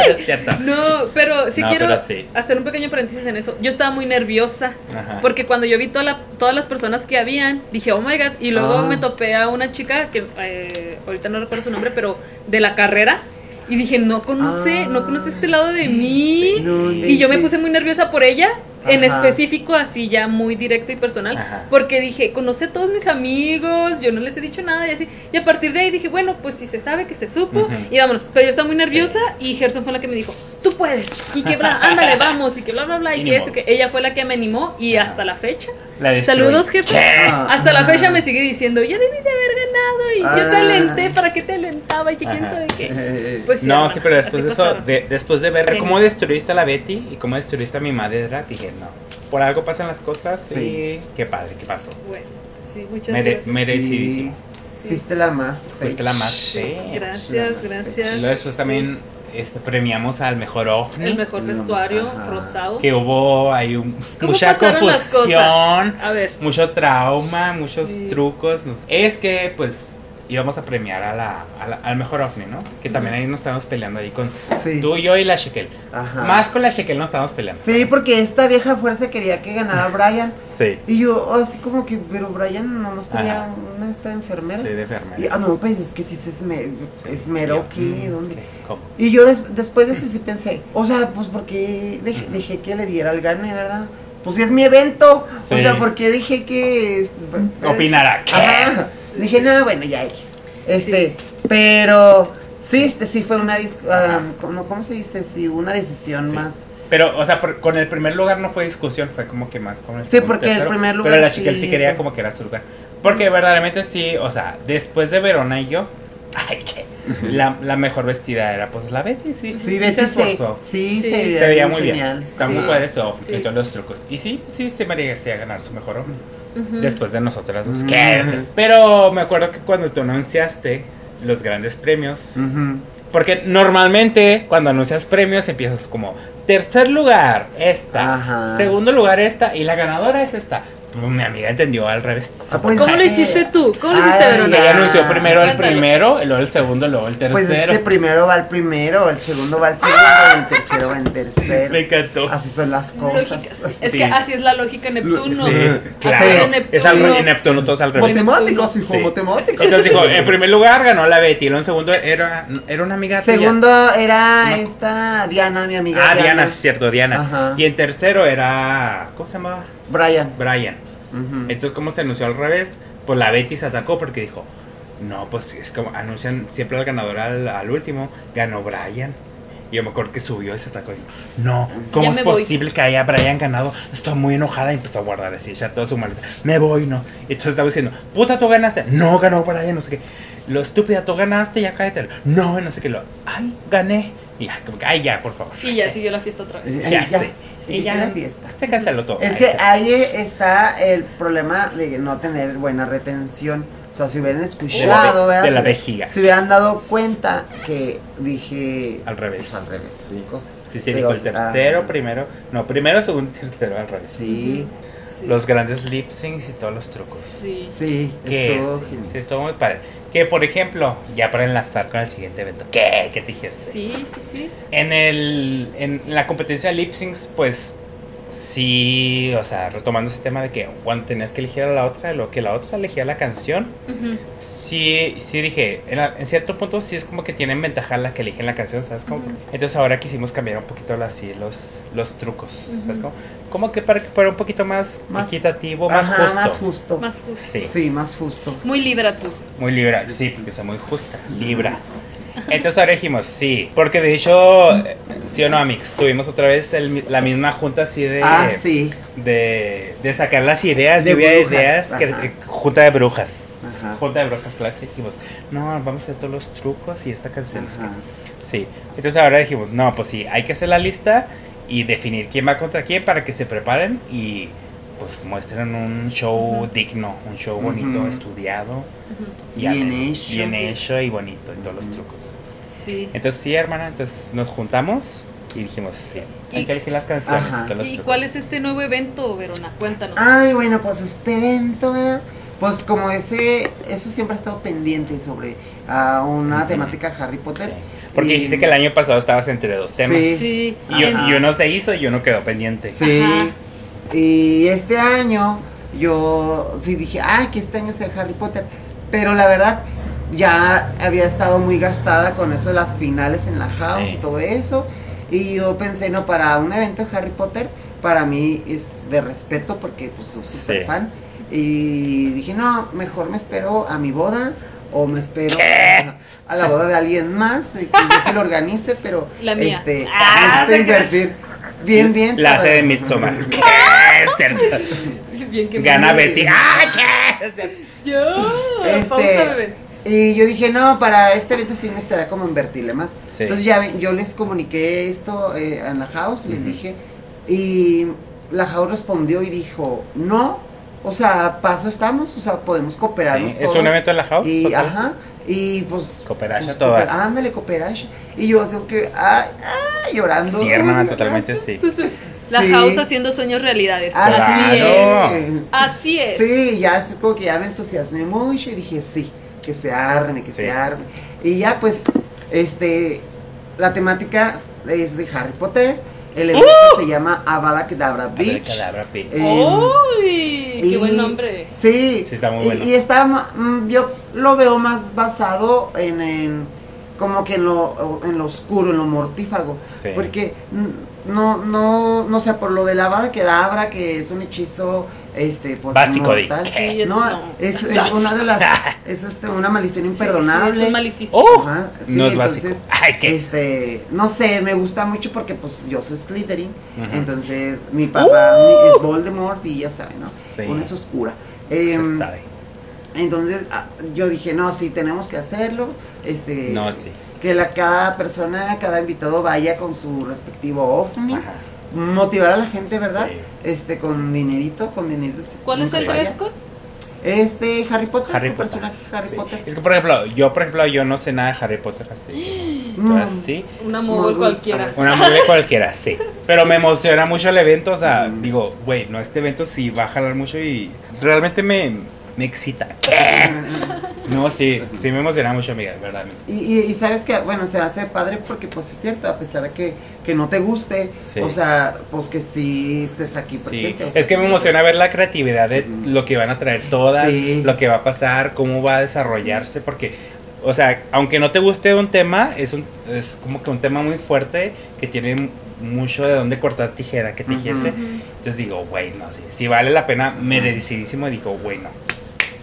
Speaker 1: No es cierto.
Speaker 2: No, pero sí
Speaker 1: No,
Speaker 2: quiero
Speaker 1: pero sí.
Speaker 2: hacer un pequeño paréntesis en eso. Yo estaba muy nerviosa
Speaker 1: Ajá.
Speaker 2: porque cuando yo vi toda la- todas las personas que habían, dije, oh my god, y luego
Speaker 3: Ah.
Speaker 2: me topé a una chica que eh, ahorita no recuerdo su nombre, pero de la carrera. Y dije, no conoce, no conoce este lado de mí.
Speaker 3: Ah, No
Speaker 2: Y yo
Speaker 1: Este,
Speaker 2: me
Speaker 3: inventes.
Speaker 2: puse muy nerviosa por ella, en
Speaker 3: Ajá.
Speaker 2: específico, así ya muy directo y personal,
Speaker 1: Ajá.
Speaker 2: porque dije, conoce a todos mis amigos, yo no les he dicho nada y así. Y a partir de ahí dije, bueno, pues si se sabe que se supo,
Speaker 1: Ujú.
Speaker 2: y vámonos. Pero yo estaba muy
Speaker 1: Sí.
Speaker 2: nerviosa y Gerson fue la que me dijo, tú puedes. Y que bla, ándale, vamos. Y que bla, bla, bla. Y,
Speaker 1: Y ni
Speaker 2: que esto,
Speaker 1: modo.
Speaker 2: que ella fue la que me animó. Y
Speaker 1: Ajá.
Speaker 2: hasta la fecha.
Speaker 1: La destruí.
Speaker 2: Saludos, jefe.
Speaker 1: ¿Qué?
Speaker 3: Ah.
Speaker 2: Hasta la fecha me sigue diciendo, yo debí de haber ganado. Y yo te
Speaker 3: Ah.
Speaker 2: alenté. ¿Para qué te alentaba? Y que quién
Speaker 1: Ajá.
Speaker 2: sabe qué.
Speaker 3: Eh,
Speaker 2: Pues sí,
Speaker 1: no,
Speaker 2: hermana,
Speaker 1: sí, pero después
Speaker 2: así
Speaker 1: de eso,
Speaker 2: pasaron.
Speaker 1: de- después de ver
Speaker 2: Genio.
Speaker 1: cómo destruiste a la Betty y cómo destruiste a mi madera, dije, no, por algo pasan las cosas
Speaker 3: Sí.
Speaker 1: y qué padre, qué pasó.
Speaker 2: Bueno, sí, muchas
Speaker 1: Mere-
Speaker 2: gracias.
Speaker 1: merecidísimo.
Speaker 2: Sí.
Speaker 3: Fuiste la más.
Speaker 1: Fuiste
Speaker 3: fake.
Speaker 1: la más fake.
Speaker 3: La
Speaker 2: Gracias,
Speaker 3: más
Speaker 1: Y
Speaker 2: gracias.
Speaker 1: luego después también este, premiamos al mejor
Speaker 2: El
Speaker 1: ovni,
Speaker 2: mejor
Speaker 3: No,
Speaker 2: vestuario
Speaker 3: ¿Eh? Mm, ajá.
Speaker 2: rosado.
Speaker 1: que hubo ahí un-
Speaker 2: ¿Cómo
Speaker 1: mucha
Speaker 2: pasaron las
Speaker 1: confusión,
Speaker 2: A ver,
Speaker 1: mucho trauma, muchos
Speaker 2: Sí.
Speaker 1: trucos. no sé. Es que pues íbamos a premiar a la, a la- al mejor ovni, ¿no? Que
Speaker 2: Sí.
Speaker 1: también ahí nos estábamos peleando ahí con
Speaker 3: Sí.
Speaker 1: tú, yo y la Shekel.
Speaker 3: Ajá.
Speaker 1: Más con la Shekel nos estábamos peleando.
Speaker 3: Sí, porque esta vieja fuerza quería que ganara Brian.
Speaker 1: Sí.
Speaker 3: Y yo, así como que, pero Brian no nos traía
Speaker 1: Ajá.
Speaker 3: una esta enfermera.
Speaker 1: Sí, de enfermera.
Speaker 3: Y, ah, no, pues es que sí se esme-
Speaker 1: Sí.
Speaker 3: esmeró,
Speaker 1: Yo,
Speaker 3: ¿qué?
Speaker 1: mm,
Speaker 3: ¿Dónde?
Speaker 1: ¿Cómo?
Speaker 3: Y yo des- después de eso sí pensé, o sea, pues porque dejé, dejé que le diera el gane, ¿verdad? Pues si es mi evento, o
Speaker 1: Sí.
Speaker 3: sea, porque dije que... es-
Speaker 1: Opinará. ¿qué?
Speaker 3: Ajá. Dije, no, bueno, ya X. Este, pero sí, este, sí fue una... dis- ah, ¿cómo, cómo se dice? Sí, una decisión
Speaker 1: Sí.
Speaker 3: más...
Speaker 1: Pero, o sea, por- con el primer lugar no fue discusión, fue como que más con el
Speaker 3: Sí,
Speaker 1: segundo,
Speaker 3: porque el
Speaker 1: tercero,
Speaker 3: primer lugar
Speaker 1: Pero la
Speaker 3: sí
Speaker 1: chica sí quería
Speaker 3: fue-
Speaker 1: como que era su lugar. Porque verdaderamente sí, o sea, después de Verona y yo, ay, que la, la mejor vestida era pues la Betty, sí.
Speaker 3: Sí, Betty se,
Speaker 1: esforzó.
Speaker 3: sí,
Speaker 2: Sí.
Speaker 3: se,
Speaker 1: Se veía muy
Speaker 3: genial.
Speaker 1: bien. Está muy
Speaker 3: sí.
Speaker 1: padre su outfit
Speaker 2: Sí.
Speaker 1: y todos los trucos. Y sí, sí, se merecía ganar su mejor hombre.
Speaker 2: ujú.
Speaker 1: Después de nosotras dos.
Speaker 3: Mm.
Speaker 1: ¿qué? Pero me acuerdo que cuando tú anunciaste los grandes premios,
Speaker 3: Ujú.
Speaker 1: Porque normalmente cuando anuncias premios empiezas como tercer lugar esta,
Speaker 3: Ajá.
Speaker 1: segundo lugar esta y la ganadora es esta. Pues, Mi amiga entendió al revés.
Speaker 3: Ah, pues,
Speaker 2: ¿Cómo lo
Speaker 3: eh,
Speaker 2: hiciste tú? ¿Cómo lo
Speaker 3: ay,
Speaker 2: hiciste,
Speaker 1: Porque
Speaker 2: Verona?
Speaker 1: ella anunció primero el
Speaker 2: Cuéntanos.
Speaker 1: primero, y luego el segundo, luego el tercero.
Speaker 3: Pues este primero va el primero, el segundo va el segundo, el tercero va en tercero.
Speaker 1: Me encantó.
Speaker 3: Así son las cosas.
Speaker 2: Lógica. Es
Speaker 1: Sí.
Speaker 2: que así es la lógica Neptuno.
Speaker 1: Sí,
Speaker 2: Así
Speaker 1: claro.
Speaker 2: en
Speaker 1: Es al
Speaker 2: Neptuno.
Speaker 1: en Neptuno todos al revés.
Speaker 3: Matemáticos, hijo,
Speaker 1: Sí.
Speaker 3: matemáticos.
Speaker 1: Entonces dijo, eh, en primer lugar ganó la Betty, luego en segundo era, era una amiga tuya.
Speaker 3: Segundo era
Speaker 1: No.
Speaker 3: esta Diana, mi amiga.
Speaker 1: Ah, Diana, sí, cierto, Diana.
Speaker 3: Ajá.
Speaker 1: Y en tercero era, ¿cómo se llamaba?
Speaker 3: Brian.
Speaker 1: Brian.
Speaker 3: Ujú.
Speaker 1: Entonces, ¿cómo se anunció al revés? Pues la Betty se atacó porque dijo, no, pues es como anuncian siempre al ganador al, al último, ganó Brian. Y yo me acuerdo que subió y se atacó. y, no,
Speaker 2: Ya
Speaker 1: ¿cómo
Speaker 2: me
Speaker 1: es
Speaker 2: voy".
Speaker 1: posible que haya Brian ganado? Estoy muy enojada y empezó a guardar así, ya toda su maleta. Me voy, no. Y entonces estaba diciendo, puta, tú ganaste. No, ganó Brian, no sé qué. Lo estúpida, tú ganaste, ya cállate. No, no sé qué. Lo, ay, gané. Y ya, como que, ay, ya, por favor.
Speaker 2: Y ya siguió la fiesta otra vez.
Speaker 3: Eh,
Speaker 1: Ya,
Speaker 3: ya,
Speaker 1: sí.
Speaker 3: sí,
Speaker 1: Y
Speaker 3: que
Speaker 1: ya,
Speaker 3: sea la fiesta.
Speaker 1: Se canceló todo.
Speaker 3: Es
Speaker 1: Ahí
Speaker 3: que
Speaker 1: está.
Speaker 3: ahí está el problema de no tener buena retención. O sea, si hubieran escuchado,
Speaker 1: de la,
Speaker 3: ¿verdad?
Speaker 1: de la
Speaker 3: Si-
Speaker 1: vejiga.
Speaker 3: Se hubieran dado cuenta que dije.
Speaker 1: Al revés.
Speaker 3: pues, al revés. las cosas.
Speaker 1: Sí, sí,
Speaker 3: Pero,
Speaker 1: dijo el tercero,
Speaker 3: ah,
Speaker 1: primero. No, primero, segundo y tercero al revés.
Speaker 3: Sí,
Speaker 2: Sí.
Speaker 1: Los grandes lip syncs y todos los trucos.
Speaker 2: Sí.
Speaker 3: sí.
Speaker 1: Que
Speaker 3: estuvo
Speaker 1: es,
Speaker 3: genial.
Speaker 1: sí, estuvo muy padre. Que por ejemplo, ya para enlazar con el siguiente evento. ¿Qué? ¿Qué te dijiste?
Speaker 2: Sí, sí, sí.
Speaker 1: En, el, en la competencia de lip syncs, pues sí, o sea, retomando ese tema de que cuando tenías que elegir a la otra, lo que la otra elegía la canción,
Speaker 2: Ujú.
Speaker 1: Sí, sí dije, en, la- en cierto punto sí es como que tienen ventaja la que eligen la canción, ¿sabes cómo?
Speaker 2: Ujú.
Speaker 1: Entonces ahora quisimos cambiar un poquito la- así los, los trucos, ¿sabes
Speaker 2: Ujú.
Speaker 1: cómo? Como que para que fuera un poquito más,
Speaker 3: Más-
Speaker 1: equitativo, más
Speaker 3: Ajá,
Speaker 1: justo.
Speaker 3: más justo.
Speaker 2: Más justo.
Speaker 1: Sí.
Speaker 3: Sí, más justo.
Speaker 2: Muy libra tú.
Speaker 1: Muy libra, sí, porque soy muy justa, libra. Entonces ahora dijimos, sí, porque de hecho, eh, sí o no, Amix, tuvimos otra vez el mi- la misma junta así de...
Speaker 3: ah, sí.
Speaker 1: De, de sacar las ideas,
Speaker 3: De
Speaker 1: lluvia de
Speaker 3: brujas,
Speaker 1: ideas, que-
Speaker 3: ajá.
Speaker 1: eh, junta de brujas.
Speaker 3: Ajá.
Speaker 1: Junta de Brocas Classic dijimos, no, vamos a hacer todos los trucos y esta canción.
Speaker 3: Ajá.
Speaker 1: Sí, entonces ahora dijimos, no, pues sí, hay que hacer la lista y definir quién va contra quién para que se preparen y pues muestren un show
Speaker 2: Ujú.
Speaker 1: digno, un show bonito,
Speaker 3: Ujú.
Speaker 1: estudiado,
Speaker 2: Ujú.
Speaker 1: y
Speaker 3: Bien
Speaker 1: ameno,
Speaker 3: hecho.
Speaker 1: bien
Speaker 3: Sí.
Speaker 1: hecho y bonito en todos los
Speaker 3: Ujú.
Speaker 1: trucos.
Speaker 2: Sí.
Speaker 1: Entonces sí, hermana, entonces nos juntamos y dijimos, sí, hay
Speaker 2: Y-
Speaker 1: que elegir las canciones y
Speaker 3: Ajá.
Speaker 1: todos los
Speaker 2: ¿Y
Speaker 1: trucos.
Speaker 2: cuál es este nuevo evento, Verona? Cuéntanos.
Speaker 3: Ay, bueno, pues este evento, ¿verdad? Pues como ese, eso siempre ha estado pendiente sobre ah, una
Speaker 1: Ujú.
Speaker 3: temática Harry Potter.
Speaker 1: Sí. Porque
Speaker 3: Y-
Speaker 1: dijiste que el año pasado estabas entre dos temas.
Speaker 3: Sí.
Speaker 2: Sí.
Speaker 1: Y,
Speaker 2: En-
Speaker 1: y uno se hizo y uno quedó pendiente.
Speaker 3: Sí.
Speaker 2: Ajá.
Speaker 3: Y este año yo sí dije, ah, que este año sea Harry Potter. Pero la verdad, ya había estado muy gastada con eso de las finales en la house
Speaker 1: Sí.
Speaker 3: y todo eso. Y yo pensé, no, para un evento de Harry Potter, para mí es de respeto porque pues soy súper
Speaker 1: Sí.
Speaker 3: fan. Y dije, no, mejor me espero a mi boda o me espero a, a la boda de alguien más, eh, que yo se lo organice, pero
Speaker 2: La mía.
Speaker 3: este,
Speaker 2: Ah, ¿te
Speaker 3: necesito
Speaker 2: crees?
Speaker 3: invertir bien, bien.
Speaker 1: La
Speaker 3: para-
Speaker 1: hace de Midsommar.
Speaker 2: Bien que
Speaker 1: Gana
Speaker 3: sí.
Speaker 1: Betty. ¡Ah, qué!
Speaker 2: Yo.
Speaker 3: Este-
Speaker 2: Pausa, bebé.
Speaker 3: Y yo dije, no, para este evento sí necesitará como invertirle más.
Speaker 1: Sí.
Speaker 3: Entonces ya vi- yo les comuniqué esto eh, a la House, les
Speaker 1: Ujú.
Speaker 3: dije, y la House respondió y dijo, no, o sea, paso estamos, o sea, podemos cooperarnos
Speaker 1: Sí, ¿Es
Speaker 3: todos.
Speaker 1: un evento de la house?
Speaker 3: Y,
Speaker 1: ok.
Speaker 3: ajá, y pues...
Speaker 1: Cooperacha
Speaker 3: pues,
Speaker 1: todas.
Speaker 3: cooper- ándale, cooperacha. Y yo así que, ah, ah, llorando.
Speaker 1: Sí, hermana, totalmente sí.
Speaker 2: Entonces, La
Speaker 3: Sí.
Speaker 2: house haciendo sueños realidades.
Speaker 3: Así
Speaker 1: Claro.
Speaker 3: es.
Speaker 2: Así es.
Speaker 3: Sí, ya después como que ya me entusiasmé mucho y dije, sí, que se arme, que
Speaker 1: Sí.
Speaker 3: se arme. Y ya pues, este, la temática es de Harry Potter, el evento
Speaker 2: ¡Uh!
Speaker 3: se llama Avada Kedavra Beach.
Speaker 1: Abracadabra, pi.
Speaker 3: Eh,
Speaker 2: ¡Uy! ¡Qué
Speaker 3: y-
Speaker 2: buen nombre!
Speaker 3: Sí,
Speaker 1: Sí, está muy
Speaker 3: y,
Speaker 1: bueno.
Speaker 3: y está, ma- mm, yo lo veo más basado en, en como que en lo, en lo oscuro, en lo mortífago.
Speaker 1: Sí.
Speaker 3: Porque mm, no, no, no sé, por lo de la Avada Kedavra, que es un hechizo, este, pues,
Speaker 1: Básico de
Speaker 3: mortal.
Speaker 1: ¿qué?
Speaker 2: Sí, eso
Speaker 3: no,
Speaker 2: no.
Speaker 3: es, es una de las, es este, una maldición imperdonable.
Speaker 2: Sí, sí, es un maleficio.
Speaker 1: ¡Oh!
Speaker 3: Ajá, sí,
Speaker 1: no es
Speaker 3: entonces,
Speaker 1: básico. Ay, qué.
Speaker 3: Este, no sé, me gusta mucho porque pues yo soy Slytherin,
Speaker 1: Ujú. ¡Uh!
Speaker 3: entonces mi papá mi- es Voldemort y ya saben, ¿no?
Speaker 1: Sí.
Speaker 3: Una es oscura.
Speaker 1: Sí,
Speaker 3: Em,
Speaker 1: está bien.
Speaker 3: entonces ah, yo dije, no, sí, tenemos que hacerlo. Este,
Speaker 1: No, sí.
Speaker 3: Que la, cada persona, cada invitado vaya con su respectivo ovni.
Speaker 1: Ajá.
Speaker 3: Motivar a la gente, ¿verdad?
Speaker 1: Sí.
Speaker 3: Este, con dinerito, con dinerito.
Speaker 2: ¿Cuál es el
Speaker 3: Vaya.
Speaker 2: dress code?
Speaker 3: Este, Harry Potter.
Speaker 1: Harry
Speaker 3: un
Speaker 1: Potter.
Speaker 3: personaje Harry
Speaker 1: Sí.
Speaker 3: Potter.
Speaker 1: Es que, por ejemplo, yo, por ejemplo, yo no sé nada de Harry Potter así.
Speaker 3: Mm.
Speaker 1: Entonces, sí.
Speaker 2: Una mogul
Speaker 3: Mogul.
Speaker 2: cualquiera.
Speaker 1: Una mole cualquiera, sí. Pero me emociona mucho el evento, o sea,
Speaker 3: Mm.
Speaker 1: digo, güey, no, este evento sí va a jalar mucho y realmente me, me excita. No, sí, sí me emociona mucho, amiga, verdad.
Speaker 3: Y, y- y sabes que, bueno, se hace padre porque, pues, es cierto, a pesar de que, que no te guste,
Speaker 1: Sí.
Speaker 3: o sea, pues que sí estés aquí
Speaker 1: Sí.
Speaker 3: presente. o sea,
Speaker 1: Es que me emociona ver la creatividad de
Speaker 3: Ujú.
Speaker 1: lo que van a traer todas,
Speaker 3: Sí.
Speaker 1: lo que va a pasar, cómo va a desarrollarse, porque, o sea, aunque no te guste un tema, es, un, es como que un tema muy fuerte que tiene mucho de dónde cortar tijera, que tijese.
Speaker 2: Ujú.
Speaker 1: Entonces digo, güey, no, sí, sí vale la pena, merecidísimo, digo, güey, no.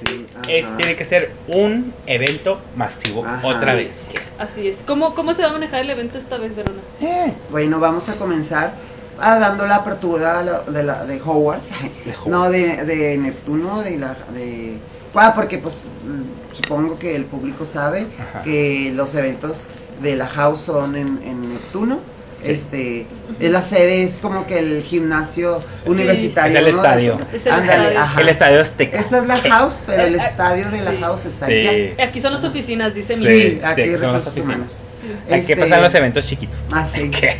Speaker 3: Sí, ajá.
Speaker 1: Es, tiene que ser un evento masivo
Speaker 3: Ajá.
Speaker 1: otra vez.
Speaker 2: Así es. ¿Cómo, ¿Cómo se va a manejar el evento esta vez, Verona?
Speaker 3: Eh, Bueno, vamos a comenzar ah, dando la apertura a la- de, la, de Howard.
Speaker 1: De Howard.
Speaker 3: No, de, de Neptuno, de la... De... Ah, porque pues mm, supongo que el público sabe
Speaker 1: Ajá.
Speaker 3: que los eventos de la House son en, en Neptuno.
Speaker 1: Sí.
Speaker 3: Este, eh, la sede es como que el gimnasio universitario.
Speaker 1: Es el
Speaker 3: ¿no?
Speaker 1: estadio.
Speaker 2: Es el
Speaker 3: Ándale,
Speaker 2: estadio.
Speaker 3: ajá.
Speaker 1: El estadio Azteca.
Speaker 3: Esta es la House, pero el
Speaker 2: Eh, eh,
Speaker 3: estadio de la
Speaker 2: sí.
Speaker 3: House está
Speaker 1: Sí.
Speaker 3: allá.
Speaker 2: Aquí son las oficinas, dice
Speaker 1: Sí.
Speaker 2: mi
Speaker 3: Sí, aquí
Speaker 1: sí,
Speaker 3: hay
Speaker 1: son las
Speaker 3: recursos
Speaker 1: oficinas.
Speaker 3: humanos.
Speaker 2: Sí.
Speaker 1: Aquí
Speaker 3: Este,
Speaker 1: pasan los eventos chiquitos.
Speaker 3: Ah, sí.
Speaker 1: ¿Qué?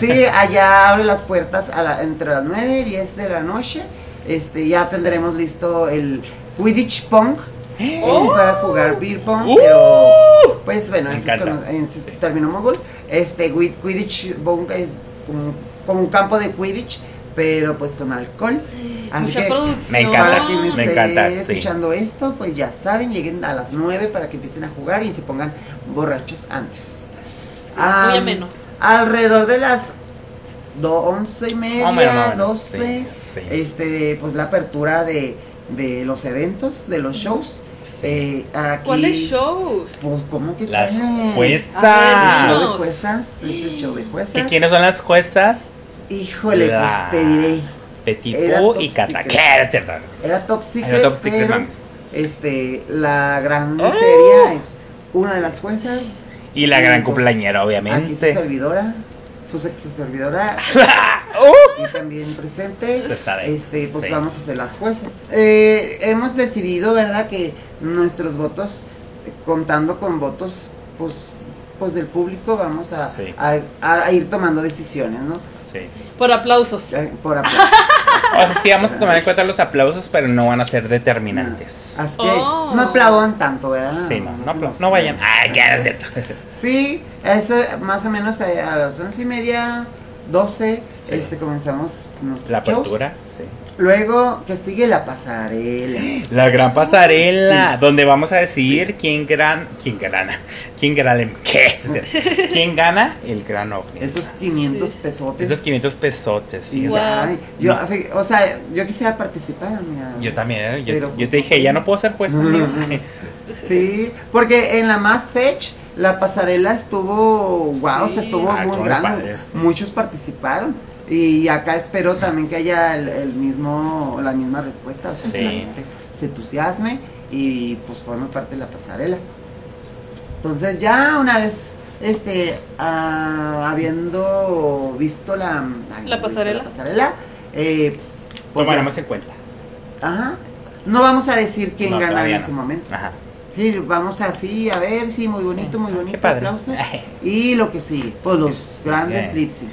Speaker 3: Sí, allá abre las puertas a la- entre las 9 y 10 de la noche. Este, ya tendremos listo el Quidditch Pong. es
Speaker 2: Oh.
Speaker 3: para jugar beer pong,
Speaker 1: Uh.
Speaker 3: pero pues bueno,
Speaker 1: Me
Speaker 3: eso es,
Speaker 1: encanta.
Speaker 3: cono- en su
Speaker 1: Sí.
Speaker 3: término mongol. Este Quid- Quidditch pong es como, como un campo de Quidditch, pero pues con alcohol. Así
Speaker 2: Mucha
Speaker 3: que,
Speaker 2: producción.
Speaker 1: Me
Speaker 3: Para
Speaker 1: encanta.
Speaker 3: quien esté
Speaker 1: Me encanta, sí.
Speaker 3: escuchando esto, pues ya saben, lleguen a las 9 para que empiecen a jugar y se pongan borrachos antes. Ah,
Speaker 2: muy ameno.
Speaker 3: Alrededor de las do, 11 y media,
Speaker 1: Más o menos, más o menos,
Speaker 3: 12,
Speaker 1: sí, sí.
Speaker 3: Este, pues la apertura de, de los eventos, de los shows.
Speaker 1: Sí.
Speaker 3: Eh, aquí,
Speaker 2: ¿Cuáles shows?
Speaker 3: Pues, ¿cómo que
Speaker 1: Las
Speaker 3: cuáles? El show
Speaker 1: cuestas.
Speaker 2: dinos.
Speaker 3: de juezas, es el show de
Speaker 1: ¿Que
Speaker 3: juezas.
Speaker 1: ¿Quiénes son las cuestas?
Speaker 3: Híjole,
Speaker 1: La-
Speaker 3: pues te diré.
Speaker 1: Petit
Speaker 3: Era
Speaker 1: Fu y
Speaker 3: Top
Speaker 1: Cata.
Speaker 3: Secret.
Speaker 1: ¿Qué? Es cierto.
Speaker 3: Era top secret,
Speaker 1: Era Top Secret,
Speaker 3: pero,
Speaker 1: mames.
Speaker 3: este, la gran
Speaker 1: Oh.
Speaker 3: miseria es una de las juezas.
Speaker 1: Y la
Speaker 3: Y,
Speaker 1: gran
Speaker 3: pues,
Speaker 1: cumpleañera,
Speaker 3: Aquí su
Speaker 1: obviamente.
Speaker 3: servidora, su sexo servidora,
Speaker 1: ¡Uh!
Speaker 3: aquí también presente.
Speaker 1: Se está ahí.
Speaker 3: Este, pues
Speaker 1: Sí.
Speaker 3: vamos a ser las juezas. Eh, hemos decidido, ¿verdad?, que nuestros votos, eh, contando con votos, pues, pues del público, vamos a,
Speaker 1: Sí.
Speaker 3: a, a- a ir tomando decisiones, ¿no?
Speaker 1: Sí.
Speaker 2: Por aplausos.
Speaker 3: Eh, Por aplausos.
Speaker 1: O sea, sí vamos a tomar en cuenta los aplausos, pero no van a ser determinantes.
Speaker 3: Así que
Speaker 2: Oh.
Speaker 3: no aplaudan tanto, ¿verdad?
Speaker 1: Ah, Sí, no, no,
Speaker 3: se
Speaker 1: apla-
Speaker 3: nos-
Speaker 1: no vayan. ¡Ay, ya es cierto!
Speaker 3: Sí, eso más o menos eh, a, a las once y media, doce,
Speaker 1: Sí.
Speaker 3: este, comenzamos nuestro
Speaker 1: La apertura, sí.
Speaker 3: Luego que sigue la pasarela.
Speaker 1: La gran pasarela,
Speaker 3: Sí.
Speaker 1: donde vamos a decidir quién gran, quién gana, quién gana, ¿qué? O sea, quién gana el gran ovni.
Speaker 3: Esos 500
Speaker 2: Sí.
Speaker 3: pesotes.
Speaker 1: Ah, Esos 500 pesotes.
Speaker 3: Sí,
Speaker 1: fíjate.
Speaker 3: ay, yo,
Speaker 1: No.
Speaker 3: fe- o sea, yo quisiera participar, amiga.
Speaker 1: Yo también, ¿eh? yo,
Speaker 3: Pero
Speaker 1: yo
Speaker 3: pues
Speaker 1: te
Speaker 3: no
Speaker 1: dije,
Speaker 3: puedo.
Speaker 1: Pues ya no puedo ser juez. amigo.
Speaker 3: Sí, porque en la más fetch la pasarela estuvo, wow, o sea,
Speaker 2: Sí.
Speaker 3: estuvo
Speaker 1: Ah,
Speaker 3: muy
Speaker 1: cómo
Speaker 3: grande.
Speaker 1: padre, sí.
Speaker 3: Muchos participaron. Y acá espero también que haya el, el mismo, la misma respuesta. O sea, que la
Speaker 1: Sí.
Speaker 3: gente se entusiasme y pues forme parte de la pasarela. Entonces ya una vez, este, ah, habiendo visto la, ah, habiendo visto
Speaker 2: pasarela.
Speaker 3: la pasarela, eh, pues,
Speaker 1: Tomaremos en cuenta.
Speaker 3: la- ajá. No vamos a decir quién
Speaker 1: No,
Speaker 3: gana en
Speaker 1: todavía
Speaker 3: ese
Speaker 1: no.
Speaker 3: momento.
Speaker 1: Ajá.
Speaker 3: Sí, vamos así, a ver, sí, muy bonito, muy
Speaker 1: Qué
Speaker 3: bonito,
Speaker 1: padre.
Speaker 3: aplausos.
Speaker 1: Ay,
Speaker 3: Y lo que sigue, pues los grandes
Speaker 1: Bien.
Speaker 3: lip sync.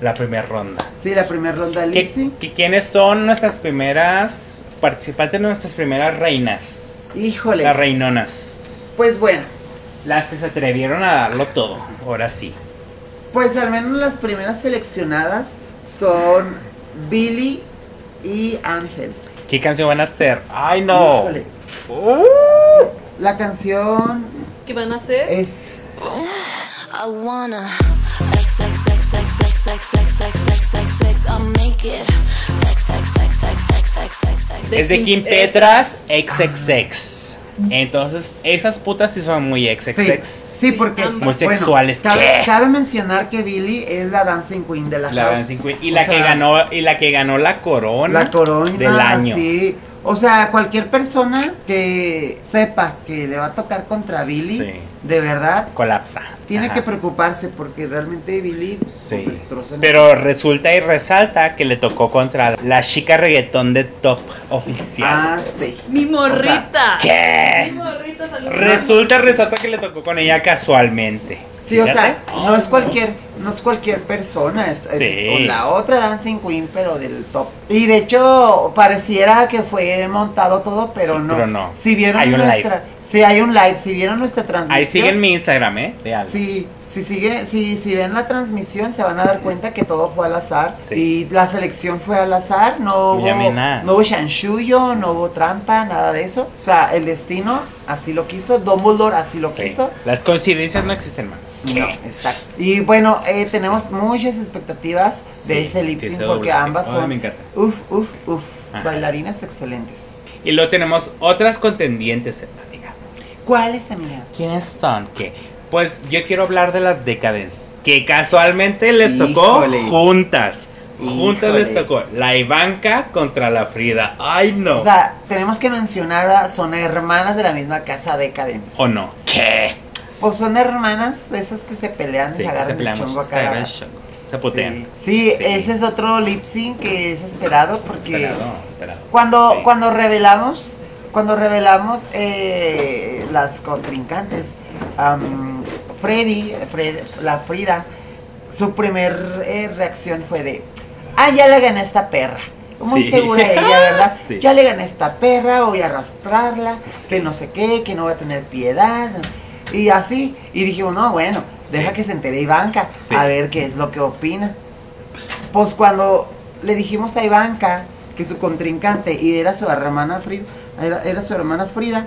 Speaker 1: La primera ronda.
Speaker 3: Sí, la primera ronda de
Speaker 1: ¿Qué-
Speaker 3: lip sync.
Speaker 1: qué- ¿Quiénes son nuestras primeras participantes, nuestras primeras reinas?
Speaker 3: Híjole.
Speaker 1: Las reinonas.
Speaker 3: Pues bueno,
Speaker 1: Las que se atrevieron a darlo todo. Ahora sí.
Speaker 3: pues al menos las primeras seleccionadas son Billy y Ángel.
Speaker 1: ¿Qué canción van a hacer? ¡Ay, no!
Speaker 3: Híjole.
Speaker 1: Uh.
Speaker 3: La canción
Speaker 2: ¿Qué van a hacer?
Speaker 3: Eh, es.
Speaker 4: I wanna X X X X X X X X X X X I'll make it X X X X X X X X
Speaker 1: Es de Kim
Speaker 2: Kim
Speaker 1: Petras, Ah. XXX. Entonces, esas putas sí son muy
Speaker 3: Sí,
Speaker 1: XXX.
Speaker 3: sí, porque.
Speaker 2: Ambas.
Speaker 1: Muy sexuales,
Speaker 3: cabe,
Speaker 1: ¿qué?
Speaker 3: cabe mencionar que Billy es la dancing queen de la,
Speaker 1: La
Speaker 3: house.
Speaker 1: Dancing Queen. Y
Speaker 3: O
Speaker 1: la que
Speaker 3: sea,
Speaker 1: ganó, y la que ganó la corona,
Speaker 3: La corona
Speaker 1: del año.
Speaker 3: sí. O sea, cualquier persona que sepa que le va a tocar contra Billy,
Speaker 1: Sí.
Speaker 3: de verdad,
Speaker 1: Colapsa.
Speaker 3: tiene
Speaker 1: Ajá.
Speaker 3: que preocuparse porque realmente Billy pues,
Speaker 1: Sí.
Speaker 3: destroza el-
Speaker 1: Pero resulta y resalta que le tocó contra la chica reggaetón de top
Speaker 3: Ah,
Speaker 1: oficial.
Speaker 3: sí.
Speaker 2: Mi morrita. Mi
Speaker 1: ¿Qué?
Speaker 2: morrita, saludos.
Speaker 1: Resulta y resalta que le tocó con ella casualmente.
Speaker 3: Sí, o sea,
Speaker 1: Fíjate.
Speaker 3: no es cualquier, no es cualquier persona, es, es
Speaker 1: Sí.
Speaker 3: con la otra Dancing Queen, pero del top. Y de hecho, pareciera que fue montado todo, pero,
Speaker 1: Sí,
Speaker 3: no.
Speaker 1: pero no.
Speaker 3: Si vieron
Speaker 1: Hay un
Speaker 3: nuestra, sí hay un live, si vieron nuestra transmisión.
Speaker 1: Ahí sigue en mi Instagram, ¿eh? De algo.
Speaker 3: Sí, si sigue, si, si ven la transmisión se van a dar cuenta que todo fue al azar
Speaker 1: Sí.
Speaker 3: y la selección fue al azar, no
Speaker 1: Ya vi
Speaker 3: hubo,
Speaker 1: nada.
Speaker 3: no hubo chanchullo, no hubo trampa, nada de eso. O sea, el destino así lo quiso, Dumbledore así lo
Speaker 1: Sí.
Speaker 3: quiso.
Speaker 1: Las coincidencias no existen, man.
Speaker 3: No, está. Y bueno, eh, tenemos muchas expectativas de
Speaker 1: Sí,
Speaker 3: ese lip
Speaker 1: que
Speaker 3: sync
Speaker 1: sea
Speaker 3: porque
Speaker 1: doble.
Speaker 3: ambas
Speaker 1: Ay,
Speaker 3: son
Speaker 1: me encanta. Ah.
Speaker 3: uf, uf, uf,
Speaker 1: Ajá.
Speaker 3: bailarinas excelentes.
Speaker 1: Y luego tenemos otras contendientes, amiga.
Speaker 3: ¿Cuáles, amiga?
Speaker 1: ¿Quiénes son? ¿Qué? Pues yo quiero hablar de las décadas. Que casualmente les tocó
Speaker 3: Híjole.
Speaker 1: juntas. Juntas les
Speaker 3: Híjole.
Speaker 1: tocó. La Ivanka contra la Frida. Ay, no.
Speaker 3: O sea, tenemos que mencionar, a, son hermanas de la misma casa Decadence.
Speaker 1: ¿O no? ¿Qué?
Speaker 3: Pues son hermanas de esas que se pelean y
Speaker 1: Sí,
Speaker 3: se
Speaker 1: se
Speaker 3: agarran el
Speaker 1: pelean
Speaker 3: chongo
Speaker 1: mucho,
Speaker 3: a
Speaker 1: se
Speaker 3: cada
Speaker 1: agarran el
Speaker 3: rato.
Speaker 1: chongo, se putean.
Speaker 3: Sí. Sí, ese es otro lip sync que es esperado porque
Speaker 1: Esperado, esperado.
Speaker 3: cuando
Speaker 1: Sí.
Speaker 3: cuando revelamos cuando revelamos eh, las contrincantes, am, Freddy, Fred- la Frida, su primer eh, reacción fue de, ah, ya le gané a esta perra. Muy
Speaker 1: Sí.
Speaker 3: segura ella, ¿verdad?
Speaker 1: Sí.
Speaker 3: Ya le gané a esta perra, voy a arrastrarla, que no sé qué, que no voy a tener piedad. Y así, y dijimos, no, bueno, deja
Speaker 1: Sí.
Speaker 3: que se entere Ivanka,
Speaker 1: Sí.
Speaker 3: a ver qué es lo que opina. Pues cuando le dijimos a Ivanka que su contrincante y era su hermana Frida, era, era su hermana Frida,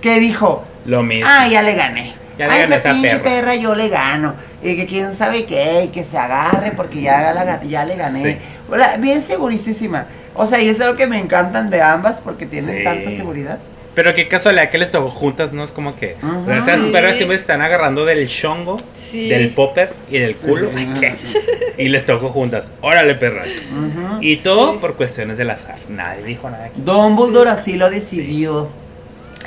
Speaker 3: que dijo,
Speaker 1: Lo mismo.
Speaker 3: ah, ya le gané.
Speaker 1: Ya le
Speaker 3: a
Speaker 1: gané
Speaker 3: esa
Speaker 1: esa
Speaker 3: pinche
Speaker 1: perra".
Speaker 3: perra. yo le gano. Y que quién sabe qué, y que se agarre porque ya, la ga- ya le gané.
Speaker 1: Sí.
Speaker 3: Hola, bien segurísima. O sea, y eso es lo que me encantan de ambas porque tienen
Speaker 1: Sí.
Speaker 3: tanta seguridad.
Speaker 1: Pero qué casualidad que les tocó juntas, ¿no? Es como que.
Speaker 3: Ajá.
Speaker 1: pero Esas
Speaker 2: Sí.
Speaker 1: perras siempre se están agarrando del chongo,
Speaker 2: Sí.
Speaker 1: del popper y del culo.
Speaker 3: Sí.
Speaker 1: ¿Qué? Y les tocó juntas. Órale, perras.
Speaker 3: Ujú.
Speaker 1: Y todo
Speaker 2: Sí.
Speaker 1: por cuestiones del azar. Nadie dijo nada aquí.
Speaker 3: Dumbledore así lo decidió.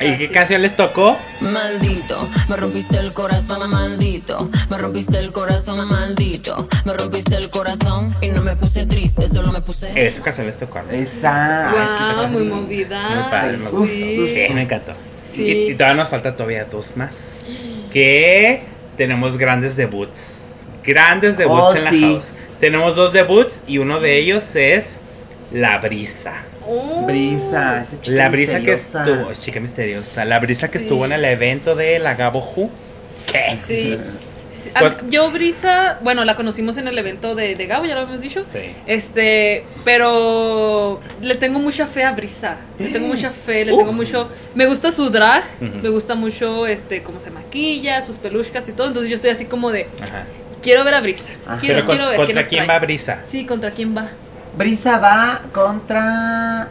Speaker 3: Ah,
Speaker 1: ¿Y qué canción les tocó?
Speaker 4: Maldito, me rompiste el corazón, maldito. Me rompiste el corazón, maldito. Me rompiste el corazón y no me puse triste, solo me puse.
Speaker 1: Esa canción les tocó. ¿no?
Speaker 3: Esa.
Speaker 2: Guau,
Speaker 3: Ay, qué
Speaker 2: muy
Speaker 3: Ah, padre.
Speaker 2: movida.
Speaker 1: Muy padre, me
Speaker 3: uf,
Speaker 1: gustó.
Speaker 2: Ah, sí.
Speaker 1: Sí, me encantó.
Speaker 2: Sí.
Speaker 1: Y, y todavía nos falta todavía dos más. Que tenemos grandes debuts. Grandes debuts
Speaker 3: Oh,
Speaker 1: en la
Speaker 3: sí.
Speaker 1: house. Tenemos dos debuts y uno de ellos es La Brisa.
Speaker 2: Oh.
Speaker 3: Brisa, esa chica
Speaker 1: la brisa
Speaker 3: misteriosa.
Speaker 1: que estuvo, chica misteriosa, la brisa que
Speaker 2: Sí.
Speaker 1: estuvo en el evento de la Gabo Ju. ¿Qué?
Speaker 2: Sí. Sí, a-
Speaker 1: ¿Cuál?
Speaker 2: Yo, Brisa, bueno, la conocimos en el evento de, de Gabo, ya lo habíamos dicho.
Speaker 1: Sí.
Speaker 2: Este, pero le tengo mucha fe a Brisa. Le tengo mucha fe, le
Speaker 1: Uh.
Speaker 2: tengo mucho. Me gusta su drag,
Speaker 1: Ujú.
Speaker 2: me gusta mucho este cómo se maquilla, sus pelucas y todo. Entonces yo estoy así como de
Speaker 1: Ajá.
Speaker 2: quiero ver a Brisa.
Speaker 3: Ajá.
Speaker 2: Quiero,
Speaker 1: Ah. Pero con-
Speaker 2: quiero ver
Speaker 1: contra
Speaker 2: nos
Speaker 1: quién
Speaker 2: trae.
Speaker 1: va Brisa?
Speaker 2: Sí, contra quién va.
Speaker 3: Ah. Brisa va contra.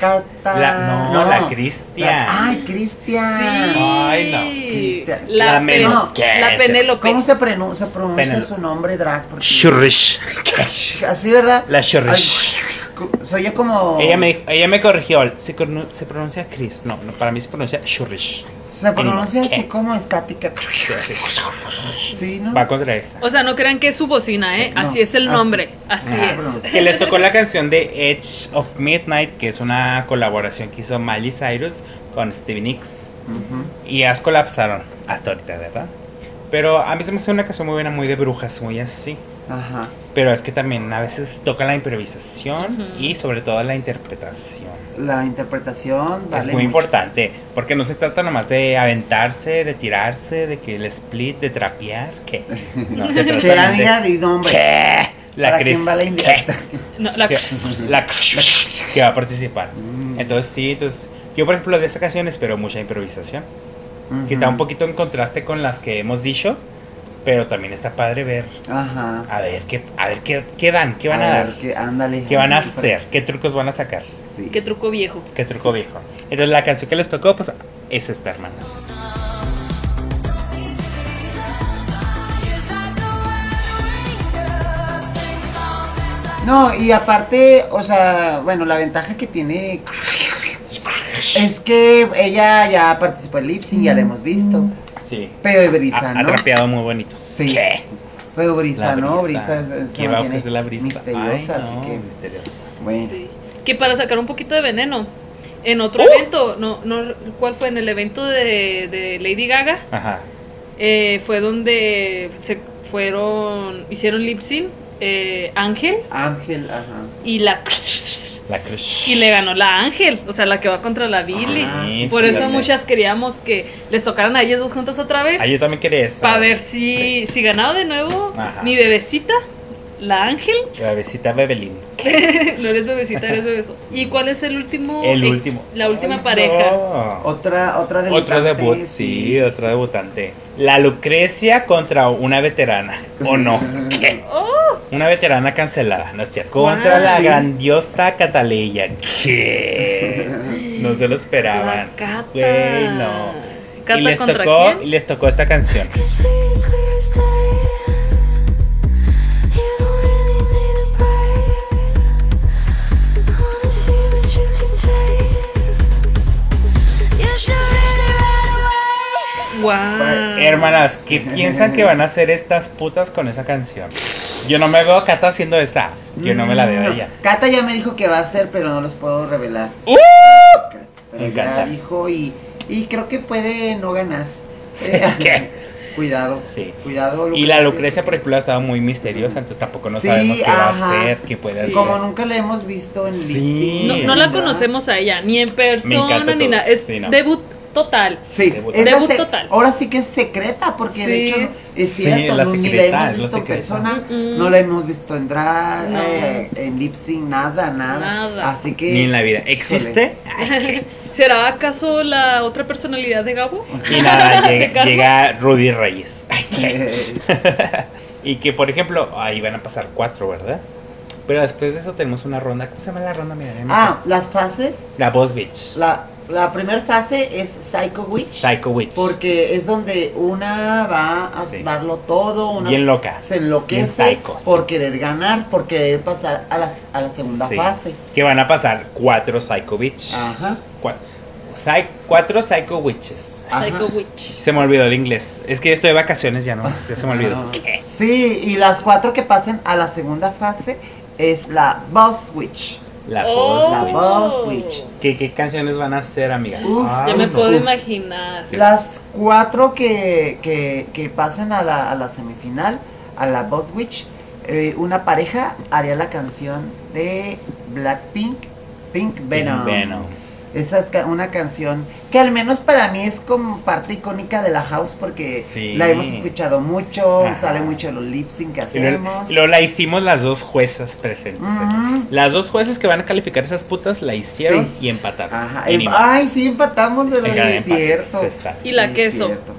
Speaker 3: Cata.
Speaker 1: La, no, la Cristian.
Speaker 3: Ah, Ay, Cristian.
Speaker 1: Ay, no.
Speaker 2: Sí.
Speaker 3: Cristian.
Speaker 2: La,
Speaker 1: La
Speaker 2: Pen-
Speaker 3: No.
Speaker 2: la Penélope.
Speaker 3: ¿Cómo se pronuncia, se pronuncia
Speaker 1: Penelo-
Speaker 3: su nombre drag? Porque-
Speaker 1: Shurrish.
Speaker 3: Así, ¿verdad?
Speaker 1: La
Speaker 3: Ay,
Speaker 1: Shurrish.
Speaker 3: cu- Soy yo como.
Speaker 1: Ella me, dijo- ella me corrigió, se, cornu- se pronuncia Chris, no, no, para mí se pronuncia Shurrish.
Speaker 3: Se pronuncia así
Speaker 1: ¿Qué?
Speaker 3: como estática.
Speaker 1: Sí, así.
Speaker 3: Sí, ¿no?
Speaker 1: Va contra esta.
Speaker 2: O sea, no crean que es su bocina, ¿eh?
Speaker 3: No,
Speaker 2: así es el
Speaker 3: así.
Speaker 2: nombre. Así
Speaker 3: Ah,
Speaker 2: es.
Speaker 3: pronuncia.
Speaker 1: Que les tocó la canción de Edge of Midnight, que es una colaboración que hizo Miley Cyrus con Stevie Nicks.
Speaker 3: Ujú.
Speaker 1: Y as colapsaron hasta ahorita, ¿verdad? Pero a mí se me hace una canción muy buena, muy de brujas, muy así.
Speaker 3: Ajá.
Speaker 1: Pero es que también a veces toca la improvisación
Speaker 2: Ujú.
Speaker 1: y sobre todo la interpretación.
Speaker 3: La interpretación vale
Speaker 1: es muy
Speaker 3: mucho.
Speaker 1: importante, porque no se trata nomás de aventarse, de tirarse, de que el split, de trapear, que no se trata
Speaker 3: Que
Speaker 1: de-
Speaker 3: amiga de nombre.
Speaker 1: ¿Qué? La
Speaker 3: ¿Para quién
Speaker 1: Cris-
Speaker 3: va la indirecta?
Speaker 1: ¿Qué?
Speaker 2: No, la-
Speaker 1: Que- la Cris- que va a participar.
Speaker 3: Mm.
Speaker 1: Entonces sí, entonces yo por ejemplo de esa canción espero mucha improvisación.
Speaker 3: Ujú.
Speaker 1: que está un poquito en contraste con las que hemos dicho, pero también está padre ver,
Speaker 3: Ajá.
Speaker 1: a ver qué, a ver qué, qué dan, qué van a,
Speaker 3: ver,
Speaker 1: dar,
Speaker 3: Que, ándale.
Speaker 1: qué van a
Speaker 3: ándale,
Speaker 1: hacer,
Speaker 3: pues.
Speaker 1: qué trucos van a sacar,
Speaker 3: Sí.
Speaker 2: Qué truco viejo.
Speaker 1: qué truco viejo. Entonces la canción que les tocó, pues es esta hermana.
Speaker 3: No, y aparte, o sea, bueno, la ventaja que tiene es que ella ya participó en Lipsing, ya la hemos
Speaker 2: Mm.
Speaker 3: visto.
Speaker 1: Sí.
Speaker 3: Pero
Speaker 1: Ha,
Speaker 3: Brisa,
Speaker 1: Ah, ha
Speaker 3: ¿no?
Speaker 1: trapeado muy bonito.
Speaker 3: Sí.
Speaker 1: ¿Qué?
Speaker 3: Pero Brisa,
Speaker 1: La
Speaker 3: ¿no? Brisa se- se
Speaker 1: ¿Qué va a
Speaker 3: mantiene
Speaker 1: ofrecer la brisa?
Speaker 3: misteriosa,
Speaker 1: Ay, no,
Speaker 3: así que,
Speaker 1: misteriosa.
Speaker 3: bueno.
Speaker 2: Sí. Que para sacar un poquito de veneno. En otro
Speaker 1: ¡Oh!
Speaker 2: evento, no, no, ¿cuál fue? En el evento de, de Lady Gaga,
Speaker 1: Ajá.
Speaker 2: eh, fue donde se fueron, hicieron lip sync, eh, Ángel
Speaker 3: Ángel, ajá.
Speaker 2: y la
Speaker 1: La crush.
Speaker 2: y le ganó la Ángel, o sea, la que va contra la Billy. Por eso
Speaker 1: Ah, fíjate.
Speaker 2: muchas queríamos que les tocaran a ellas dos juntas otra vez.
Speaker 1: Ah, yo también quería eso.
Speaker 2: Para ver si, si ganaba de nuevo
Speaker 1: Ajá.
Speaker 2: mi bebecita, la Ángel.
Speaker 1: La besita Bebelín.
Speaker 2: no eres bebecita, eres bebeso. ¿Y cuál es el último?
Speaker 1: El
Speaker 2: eh,
Speaker 1: último.
Speaker 2: La última
Speaker 1: Ay,
Speaker 2: pareja.
Speaker 1: no.
Speaker 3: Otra, otra de
Speaker 1: Otra debut, sí, otra debutante. La Lucrecia contra una veterana, ¿o no? ¿Qué?
Speaker 2: ¡Oh!
Speaker 1: Una veterana cancelada, no es cierto. Contra
Speaker 2: Wow,
Speaker 1: la
Speaker 3: sí.
Speaker 1: grandiosa Cataleya. ¿Qué? No se lo esperaban.
Speaker 2: La Cata.
Speaker 1: Güey, no.
Speaker 2: ¿Cata
Speaker 1: Y les
Speaker 2: contra
Speaker 1: tocó,
Speaker 2: quién?
Speaker 1: y les tocó esta canción.
Speaker 2: ¡Wow!
Speaker 1: Hermanas, ¿qué piensan que van a hacer estas putas con esa canción? Yo no me veo a Cata haciendo esa. Yo no me la veo a ella.
Speaker 2: Mm.
Speaker 3: Cata Mm, ya me dijo que va a hacer, pero no los puedo revelar.
Speaker 1: ¡Uh!
Speaker 3: secreto, Pero
Speaker 1: Me
Speaker 3: ya
Speaker 1: encanta.
Speaker 3: dijo y, y creo que puede no ganar. Eh, cuidado,
Speaker 1: Sí.
Speaker 3: cuidado.
Speaker 1: Y la Lucrecia, por ejemplo, ha estado muy misteriosa, entonces tampoco no
Speaker 3: Sí,
Speaker 1: sabemos qué va
Speaker 3: ajá.
Speaker 1: a hacer, qué puede
Speaker 2: Sí.
Speaker 1: hacer.
Speaker 3: Como nunca la hemos visto en
Speaker 1: Sí.
Speaker 3: Lipsy.
Speaker 2: No, no la conocemos a ella, ni en
Speaker 1: encanta
Speaker 2: persona, ni
Speaker 1: todo.
Speaker 2: nada. Es
Speaker 1: Sí, no.
Speaker 2: debut total.
Speaker 3: Sí,
Speaker 1: Debut
Speaker 3: es la
Speaker 2: total.
Speaker 3: sec-
Speaker 2: Debut total.
Speaker 3: Ahora sí que es secreta, porque de
Speaker 2: Sí.
Speaker 3: hecho no- es
Speaker 1: Sí,
Speaker 3: cierto,
Speaker 1: la
Speaker 3: no, ni la
Speaker 1: secreta,
Speaker 3: hemos
Speaker 1: es la
Speaker 3: visto en
Speaker 1: secreta.
Speaker 3: persona,
Speaker 2: Mm-mm.
Speaker 3: no la hemos visto en drag,
Speaker 2: No.
Speaker 3: eh, en Lipsy, nada, nada,
Speaker 2: Nada.
Speaker 3: Así que.
Speaker 1: Ni en la vida. ¿Existe?
Speaker 2: ¿Será acaso la otra personalidad de Gabo?
Speaker 1: Y nada,
Speaker 2: De
Speaker 1: llega,
Speaker 2: Carlos.
Speaker 1: llega Rudy Reyes. Ay, qué.
Speaker 3: Eh,
Speaker 1: y que, por ejemplo, ahí van a pasar cuatro, ¿verdad? Pero después de eso tenemos una ronda. ¿Cómo se llama la ronda? Mira, mira, mira.
Speaker 3: ah, las fases.
Speaker 1: La Boss Bitch.
Speaker 3: La, la primera fase es Psycho Witch.
Speaker 1: Psycho Witch.
Speaker 3: Porque es donde una va a
Speaker 1: Sí.
Speaker 3: darlo todo, una
Speaker 1: Bien loca.
Speaker 3: se enloquece
Speaker 1: Bien psycho, sí.
Speaker 3: por querer ganar, por querer pasar a la, a la segunda
Speaker 1: Sí.
Speaker 3: fase.
Speaker 1: Que van a pasar cuatro Psycho Witch.
Speaker 3: Ajá.
Speaker 1: Cua- Psy- cuatro Psycho Witches.
Speaker 3: Ajá.
Speaker 2: Psycho Witch.
Speaker 1: Se me olvidó el inglés. Es que estoy de vacaciones ya, ¿no? Ya se me olvidó.
Speaker 3: Ah. Sí, y las cuatro que pasen a la segunda fase es la Boss Witch.
Speaker 1: La
Speaker 2: Oh.
Speaker 1: Boss Witch.
Speaker 3: Boss Witch.
Speaker 1: ¿Qué, qué canciones van a hacer, amiga? Ah.
Speaker 3: Uf,
Speaker 1: Ay,
Speaker 2: Ya me
Speaker 3: no.
Speaker 2: puedo
Speaker 3: Uf.
Speaker 2: imaginar.
Speaker 3: Las cuatro que, que, que pasen a la, a la semifinal, a la Boss Witch, eh, una pareja haría la canción de Blackpink, Pink Venom.
Speaker 1: Venom.
Speaker 3: Esa es ca- una canción que al menos para mí es como parte icónica de la house porque
Speaker 1: Sí.
Speaker 3: la hemos escuchado mucho,
Speaker 1: Ajá.
Speaker 3: sale mucho en los lip sync que
Speaker 1: Y luego-
Speaker 3: hacemos.
Speaker 1: y luego la hicimos las dos juezas presentes. ¿eh?
Speaker 3: Ujú.
Speaker 1: Las dos jueces que van a calificar esas putas la hicieron
Speaker 3: Sí.
Speaker 1: y empataron.
Speaker 3: Ajá.
Speaker 1: Y
Speaker 3: em-
Speaker 1: ni modo.
Speaker 3: Ay, sí, empatamos de
Speaker 1: Se
Speaker 3: los
Speaker 1: quedan
Speaker 3: es
Speaker 1: empatadas,
Speaker 3: cierto.
Speaker 1: exacto.
Speaker 2: Y la
Speaker 3: Sí, es
Speaker 2: queso.
Speaker 3: cierto.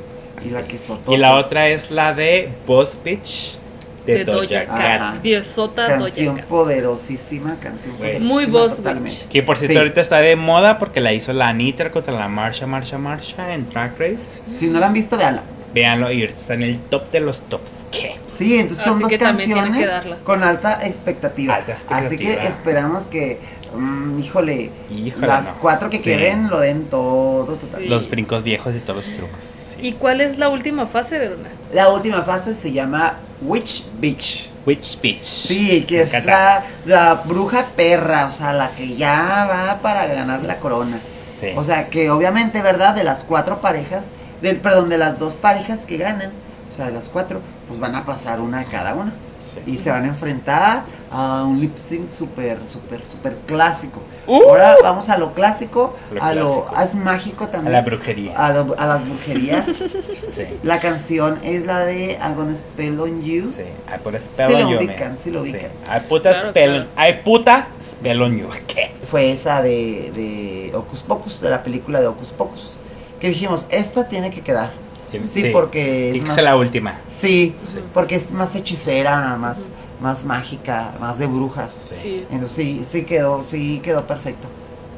Speaker 3: Y la queso.
Speaker 1: Y la otra es la de Boss Bitch de Doja
Speaker 3: Cat.
Speaker 1: Cat.
Speaker 2: Diosota Doja
Speaker 3: Canción
Speaker 2: Cat.
Speaker 3: poderosísima, canción
Speaker 1: Güey.
Speaker 3: poderosísima.
Speaker 2: Muy boss
Speaker 3: totalmente.
Speaker 2: bitch.
Speaker 1: Que por cierto
Speaker 3: Sí.
Speaker 1: ahorita está de moda porque la hizo la Anitra contra la Marsha, Marsha, Marsha en Track Race.
Speaker 3: Si no la han visto, véanla.
Speaker 1: Véanlo y ahorita está en el top de los tops. ¿Qué?
Speaker 3: Sí, entonces son
Speaker 2: Así
Speaker 3: dos
Speaker 2: que también tienen que
Speaker 3: canciones
Speaker 2: darla.
Speaker 3: con alta expectativa.
Speaker 1: Alta expectativa.
Speaker 3: Así que esperamos que, mm, híjole,
Speaker 1: Híjole,
Speaker 3: las
Speaker 1: no.
Speaker 3: cuatro que
Speaker 1: Sí.
Speaker 3: queden lo den todo. total.
Speaker 2: Sí.
Speaker 1: Los brincos viejos y todos los trucos. sí.
Speaker 2: ¿Y cuál es la última fase, Verona?
Speaker 3: La última fase se llama Witch Beach.
Speaker 1: Witch Beach.
Speaker 3: Sí, que
Speaker 1: Me
Speaker 3: es
Speaker 1: encanta.
Speaker 3: la, la bruja perra, o sea, la que ya va para ganar la corona.
Speaker 1: Sí.
Speaker 3: O sea, que obviamente, ¿verdad? De las cuatro parejas, del, perdón, de las dos parejas que ganan, o sea, de las cuatro, pues van a pasar una a cada una.
Speaker 1: Sí.
Speaker 3: Y se van a enfrentar a un lip sync súper, súper, súper clásico.
Speaker 1: ¡Uh!
Speaker 3: Ahora vamos a lo clásico,
Speaker 1: Lo
Speaker 3: a lo
Speaker 1: clásico.
Speaker 3: as mágico
Speaker 1: A
Speaker 3: también.
Speaker 1: la brujería.
Speaker 3: a lo- a las brujerías.
Speaker 1: Sí.
Speaker 3: la canción es la de I'm gonna spell on you.
Speaker 1: Sí. Ay, por
Speaker 3: Sí lo
Speaker 1: spell on you,
Speaker 3: ubican,
Speaker 1: man.
Speaker 3: sí lo ubican.
Speaker 1: Ay, puta
Speaker 2: Claro,
Speaker 1: spell
Speaker 2: claro.
Speaker 1: Ay, puta spell on you. ¿Qué?
Speaker 3: Fue esa de, de Ocus Pocus, de la película de Ocus Pocus. Que dijimos, esta tiene que quedar. Sí, porque.
Speaker 1: Tiene que ser la última.
Speaker 3: Sí,
Speaker 2: Sí.
Speaker 3: porque es más hechicera, más, más mágica, más de brujas.
Speaker 2: Sí.
Speaker 3: Entonces sí, sí quedó, sí quedó perfecto.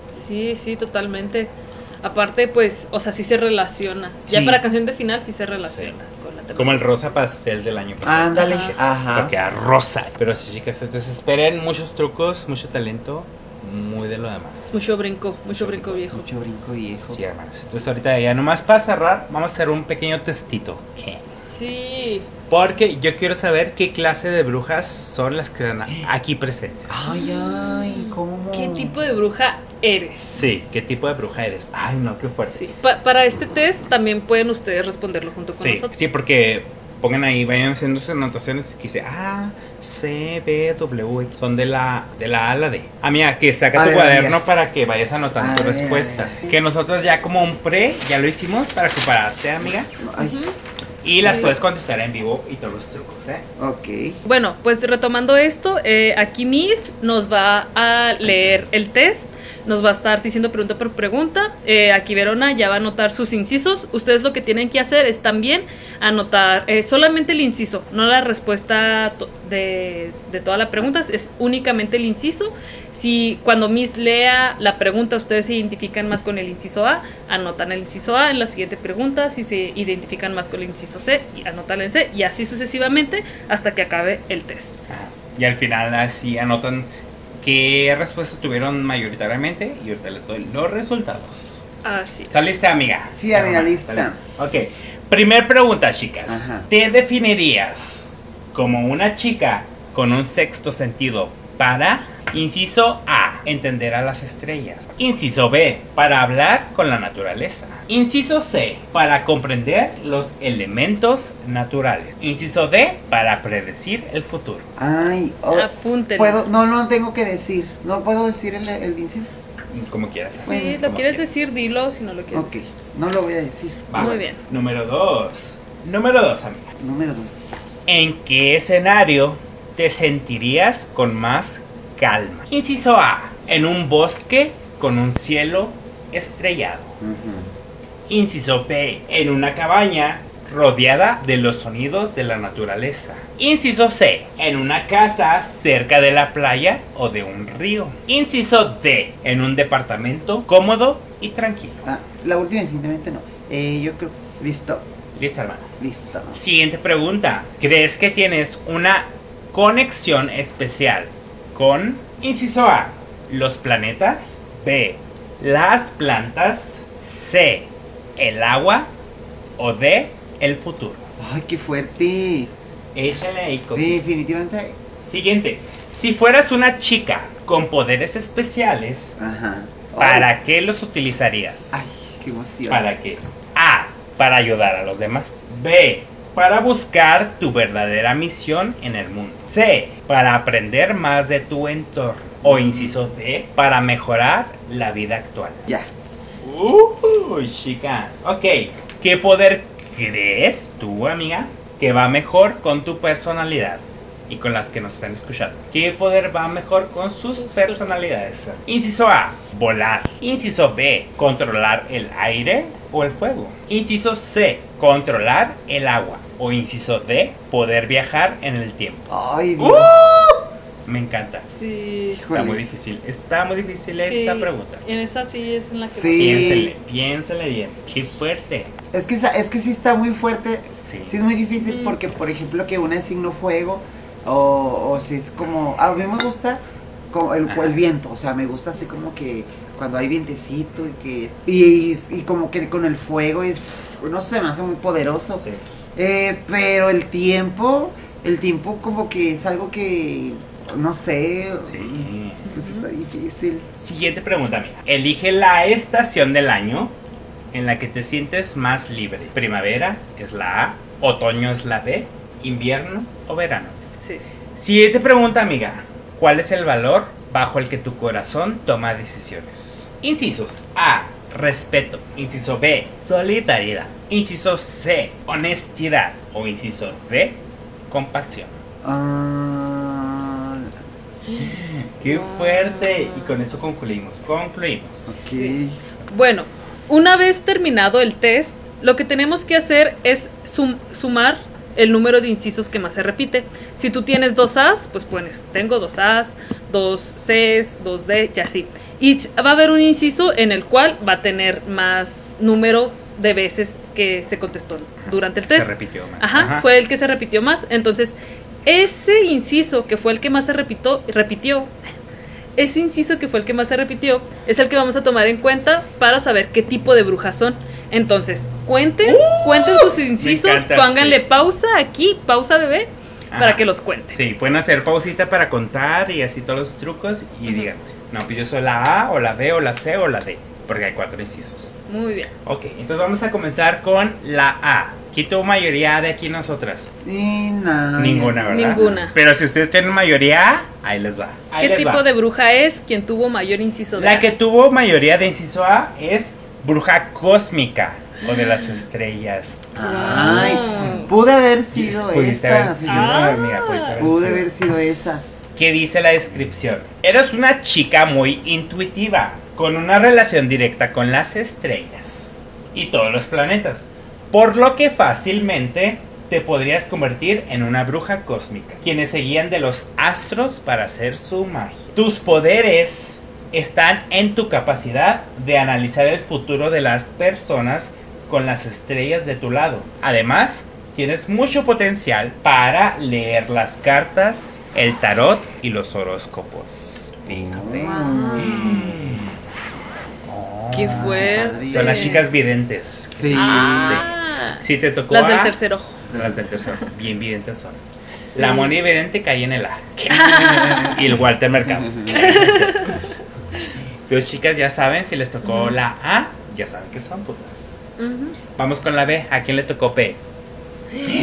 Speaker 2: Sí, sí, totalmente. Aparte, pues, o sea, sí se relaciona. Ya
Speaker 3: Sí.
Speaker 2: para canción de final sí se relaciona con la
Speaker 1: Como el
Speaker 2: temática.
Speaker 1: rosa pastel del año pasado.
Speaker 3: Ándale, ajá.
Speaker 1: Porque a rosa. Pero sí, chicas, entonces esperen muchos trucos, mucho talento, muy de lo demás.
Speaker 2: Mucho brinco, mucho brinco viejo.
Speaker 3: Mucho brinco viejo.
Speaker 1: Sí, hermanos. Entonces ahorita ya nomás para cerrar, vamos a hacer un pequeño testito. ¿Qué?
Speaker 2: Sí.
Speaker 1: Porque yo quiero saber qué clase de brujas son las que están aquí presentes.
Speaker 3: Ay, ay, ¿cómo?
Speaker 2: ¿Qué tipo de bruja eres?
Speaker 1: Sí, qué tipo de bruja eres. Ay, no, qué fuerte.
Speaker 2: Sí. Pa- para este test también pueden ustedes responderlo junto con
Speaker 1: Sí,
Speaker 2: nosotros.
Speaker 1: sí, porque pongan ahí, vayan haciendo sus anotaciones que dice A, C, B, W, X, son de la, de la A a la D. Amiga, que saca
Speaker 3: A
Speaker 1: tu
Speaker 3: ver,
Speaker 1: cuaderno
Speaker 3: amiga.
Speaker 1: para que vayas anotando
Speaker 3: A
Speaker 1: tus
Speaker 3: ver,
Speaker 1: respuestas.
Speaker 3: a
Speaker 1: Que nosotros ya como un pre, ya lo hicimos para compararte, amiga.
Speaker 3: Ay,
Speaker 2: Ujú.
Speaker 1: Y las
Speaker 2: Sí.
Speaker 1: puedes contestar en vivo y todos los trucos, ¿eh?
Speaker 3: ok.
Speaker 2: Bueno, pues retomando esto, eh, aquí Miss nos va a leer el test, nos va a estar diciendo pregunta por pregunta. Eh, aquí Verona ya va a anotar sus incisos. Ustedes lo que tienen que hacer es también anotar eh, solamente el inciso, no la respuesta to- de, de toda la pregunta, es únicamente el inciso. Si cuando Miss lea la pregunta, ustedes se identifican más con el inciso A, anotan el inciso A en la siguiente pregunta. Si se identifican más con el inciso C, y anotan el C, y así sucesivamente hasta que acabe el test.
Speaker 1: Ajá. Y al final así anotan qué respuestas tuvieron mayoritariamente y ahorita les doy los resultados.
Speaker 2: Así.
Speaker 1: ¿Está lista, amiga?
Speaker 3: Sí, amiga,
Speaker 1: Ajá,
Speaker 3: lista.
Speaker 1: está Ok. Primer pregunta, chicas.
Speaker 3: Ajá.
Speaker 1: ¿Te definirías como una chica con un sexto sentido para, inciso A, entender a las estrellas? Inciso B, para hablar con la naturaleza. Inciso C, para comprender los elementos naturales. Inciso D, para predecir el futuro.
Speaker 3: Ay, oh,
Speaker 2: Apúntenlo.
Speaker 3: puedo, no, no tengo que decir. No puedo decir el, el inciso.
Speaker 1: Como quieras.
Speaker 3: Bueno,
Speaker 2: si lo
Speaker 1: como
Speaker 2: quieres
Speaker 1: quieras.
Speaker 2: decir, dilo, si no lo quieres.
Speaker 3: Ok, no lo voy a decir.
Speaker 1: Va.
Speaker 2: Muy bien.
Speaker 1: Número 2. Número 2, amiga.
Speaker 3: Número dos.
Speaker 1: ¿En qué escenario te sentirías con más calma? Inciso A. En un bosque con un cielo estrellado.
Speaker 3: Ujú.
Speaker 1: Inciso B. En una cabaña rodeada de los sonidos de la naturaleza. Inciso C. En una casa cerca de la playa o de un río. Inciso D. En un departamento cómodo y tranquilo.
Speaker 3: Ah, la última, definitivamente no. Eh, yo creo. Listo,
Speaker 1: Listo, hermano.
Speaker 3: listo.
Speaker 1: Siguiente pregunta. ¿Crees que tienes una conexión especial con, inciso A, los planetas? B, las plantas? C, el agua? ¿O D, el futuro?
Speaker 3: Ay, qué fuerte.
Speaker 1: Échale ahí, Coqui.
Speaker 3: Sí, definitivamente.
Speaker 1: Siguiente. Si fueras una chica con poderes especiales,
Speaker 3: Ajá. Ay,
Speaker 1: ¿para qué los utilizarías?
Speaker 3: Ay, qué emoción.
Speaker 1: ¿Para qué? A. Para ayudar a los demás. B. Para buscar tu verdadera misión en el mundo. C. Para aprender más de tu entorno. O inciso D. Para mejorar la vida actual.
Speaker 3: Ya.
Speaker 1: Uy, chica. Ok. ¿Qué poder crees tú, amiga, que va mejor con tu personalidad? Y con las que nos están escuchando. ¿Qué poder va mejor con sus
Speaker 2: Sus per-
Speaker 1: personalidades? Inciso A, volar. Inciso B, controlar el aire o el fuego. Inciso C, controlar el agua. o inciso D, poder viajar en el tiempo.
Speaker 3: Ay, Dios.
Speaker 1: ¡Uh! Me encanta.
Speaker 2: Sí.
Speaker 1: Está muy difícil. Está muy difícil esta
Speaker 2: Sí,
Speaker 1: pregunta.
Speaker 2: En esa sí es en la que
Speaker 3: Sí.
Speaker 1: Piénsele, piénsele bien. Qué fuerte.
Speaker 3: Es que, esa- es que sí está muy fuerte.
Speaker 1: Sí.
Speaker 3: Sí es muy difícil
Speaker 2: Mm.
Speaker 3: porque, por ejemplo, que una es signo fuego o, o si es como... A mí me gusta como el,
Speaker 1: Ajá.
Speaker 3: el viento, o sea, me gusta así como que cuando hay vientecito y que... Y, y como que con el fuego es... No sé, me hace muy poderoso.
Speaker 1: Sí.
Speaker 3: Eh, pero el tiempo, el tiempo como que es algo que... No sé,
Speaker 1: Sí.
Speaker 3: pues está difícil.
Speaker 1: Siguiente pregunta, mía. Elige la estación del año en la que te sientes más libre. Primavera es la A, otoño es la B, invierno o verano.
Speaker 2: Sí.
Speaker 1: Siguiente pregunta, amiga. ¿Cuál es el valor bajo el que tu corazón toma decisiones? Incisos A. Respeto. Inciso B. Solidaridad. Inciso C. Honestidad. O inciso D. Compasión.
Speaker 3: Ah,
Speaker 1: ¡Qué
Speaker 2: Wow.
Speaker 1: fuerte! Y con eso concluimos. Concluimos.
Speaker 3: ok.
Speaker 2: Sí. Bueno, una vez terminado el test, lo que tenemos que hacer es sum- sumar el número de incisos que más se repite. Si tú tienes dos A's, pues pones, tengo dos A's, dos C's, dos D, y así. Y s- va a haber un inciso en el cual va a tener más número de veces que se contestó durante el
Speaker 1: Se
Speaker 2: test.
Speaker 1: repitió más.
Speaker 2: Ajá, fue el que se repitió más. Entonces, ese inciso que fue el que más se repitó, repitió, ese inciso que fue el que más se repitió, es el que vamos a tomar en cuenta para saber qué tipo de brujas son. Entonces, cuenten, cuenten sus incisos,
Speaker 1: ¡Uh! encanta,
Speaker 2: pónganle
Speaker 1: sí.
Speaker 2: pausa aquí, pausa bebé, para
Speaker 1: Ajá.
Speaker 2: que los cuente.
Speaker 1: Sí, pueden hacer pausita para contar y así todos los trucos y
Speaker 2: Ujú.
Speaker 1: digan, no, pidió solo la A o la B o la C o la D, porque hay cuatro incisos.
Speaker 2: Muy bien.
Speaker 1: Ok, entonces vamos a comenzar con la A. ¿Quién tuvo mayoría de aquí nosotras?
Speaker 3: Y nada.
Speaker 1: Ninguna, ¿verdad?
Speaker 2: Ninguna.
Speaker 1: Pero si ustedes tienen mayoría A, ahí les va. Ahí
Speaker 2: ¿Qué
Speaker 1: les
Speaker 2: tipo
Speaker 1: va.
Speaker 2: de bruja es quien tuvo mayor inciso de
Speaker 1: La
Speaker 2: A?
Speaker 1: que tuvo mayoría de inciso A es bruja cósmica o de las estrellas.
Speaker 3: Ay,
Speaker 2: Wow.
Speaker 3: pude haber sido
Speaker 1: Pudiste
Speaker 3: esta.
Speaker 1: haber sido,
Speaker 2: Ah.
Speaker 3: fíjate.
Speaker 1: amiga, pudiste haber
Speaker 3: Pude
Speaker 1: sido.
Speaker 3: haber sido esa.
Speaker 1: ¿Qué dice la descripción? Eres una chica muy intuitiva, con una relación directa con las estrellas y todos los planetas, por lo que fácilmente te podrías convertir en una bruja cósmica, quienes se guían de los astros para hacer su magia. Tus poderes están en tu capacidad de analizar el futuro de las personas con las estrellas de tu lado. Además, tienes mucho potencial para leer las cartas, el tarot y los horóscopos. Fíjate.
Speaker 3: Wow.
Speaker 1: Oh.
Speaker 2: Qué fuerte.
Speaker 1: Son las chicas videntes.
Speaker 3: Sí.
Speaker 2: Ah,
Speaker 1: Sí te tocó
Speaker 2: las del
Speaker 1: A.
Speaker 2: tercer ojo.
Speaker 1: Las del tercer. Bien videntes son.
Speaker 2: Sí. Ah.
Speaker 1: La Moni Vidente caía en el A. y el Walter Mercado. Entonces, chicas, ya saben, si les tocó
Speaker 2: Ujú.
Speaker 1: la A, ya saben que están putas.
Speaker 2: Ujú.
Speaker 1: Vamos con la B. ¿A quién le tocó P?